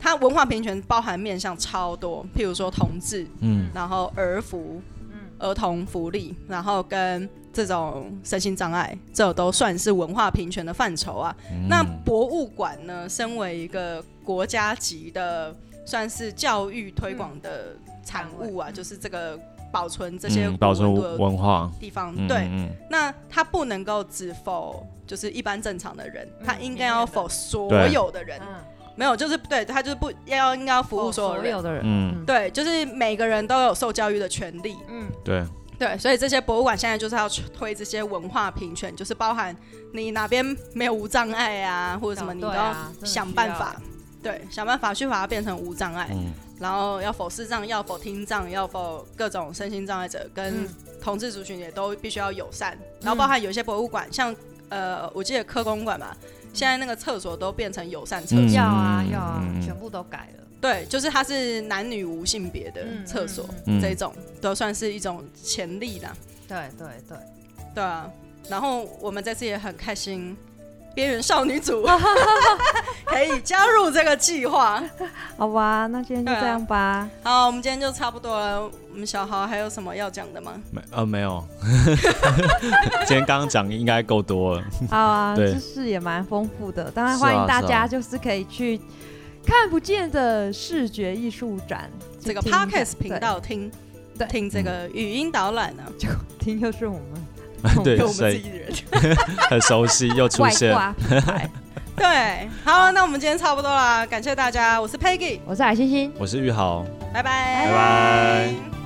S1: 它文化平权包含面向超多，譬如说同志，
S3: 嗯，
S1: 然后儿福，儿童福利，然后跟这种身心障碍，这都算是文化平权的范畴啊。
S3: 嗯
S1: 那博物馆呢，身为一个国家级的，算是教育推广的产物啊，就是这个保存这些
S3: 嗯保存
S1: 古文物的
S3: 文化，
S1: 地方，
S3: 嗯
S1: 对，
S3: 嗯
S1: 那它不能够只否就是一般正常的人，
S2: 嗯
S1: 它应该要否所有的人，
S2: 嗯，
S1: 没有就是对，它就是不要应该要服务
S2: 哦
S1: 所有
S2: 所
S1: 人。
S2: 有的人，
S3: 嗯
S1: 对，就是每个人都有受教育的权利。
S2: 嗯，
S3: 嗯对，
S1: 对，所以这些博物馆现在就是要推这些文化平权，就是包含你哪边没有无障碍啊，或者什么，你都
S2: 对
S1: 要
S2: 啊真的
S1: 想
S2: 需
S1: 办
S2: 要
S1: 法，对，想办法去把它变成无障碍，
S3: 嗯
S1: 然后要否视障，要否听障，要否各种身心障碍者跟
S2: 嗯
S1: 同志族群也都必须要友善，然后包含有一些博物馆，像呃，我记得科公馆嘛，
S2: 嗯
S1: 现在那个厕所都变成友善厕所，
S3: 嗯
S2: 要啊要啊
S3: 嗯嗯，嗯
S2: 全部都改了，
S1: 对，就是它是男女无性别的
S2: 嗯
S1: 呃厕所，
S2: 嗯
S3: 嗯
S1: 这种都算是一种潜力啦。
S2: 对对对，
S1: 对啊，然后我们这次也很开心，边缘少女 组 可以加入这个计划。
S2: 好吧，那今天就
S1: 对啊
S2: 这样吧，
S1: 好，我们今天就差不多了。我们小豪还有什么要讲的吗？
S3: 没呃没有， 今天刚刚讲应该够多了，
S2: 好啊，
S3: 对
S2: 知识也蛮丰富的，当然
S3: 是啊
S2: 欢迎大
S3: 是
S2: 家
S3: 啊
S2: 就是可以去看不见的视觉艺术展，
S1: 这个
S2: 去听一下
S1: podcast 频道听
S2: 对
S1: 听这个语音导览啊呢、
S2: 对听又是我们
S3: 对
S1: 给我，们
S3: 所
S1: 自
S3: 以
S1: 己人。
S3: 很熟悉又出
S2: 外
S3: 现，
S2: 挂 品牌，
S1: 对，好，那我们今天差不多啦，感谢大家，我是 Peggy，
S2: 我是海星星。
S3: 我是玉豪。
S1: 拜拜，
S3: 拜拜。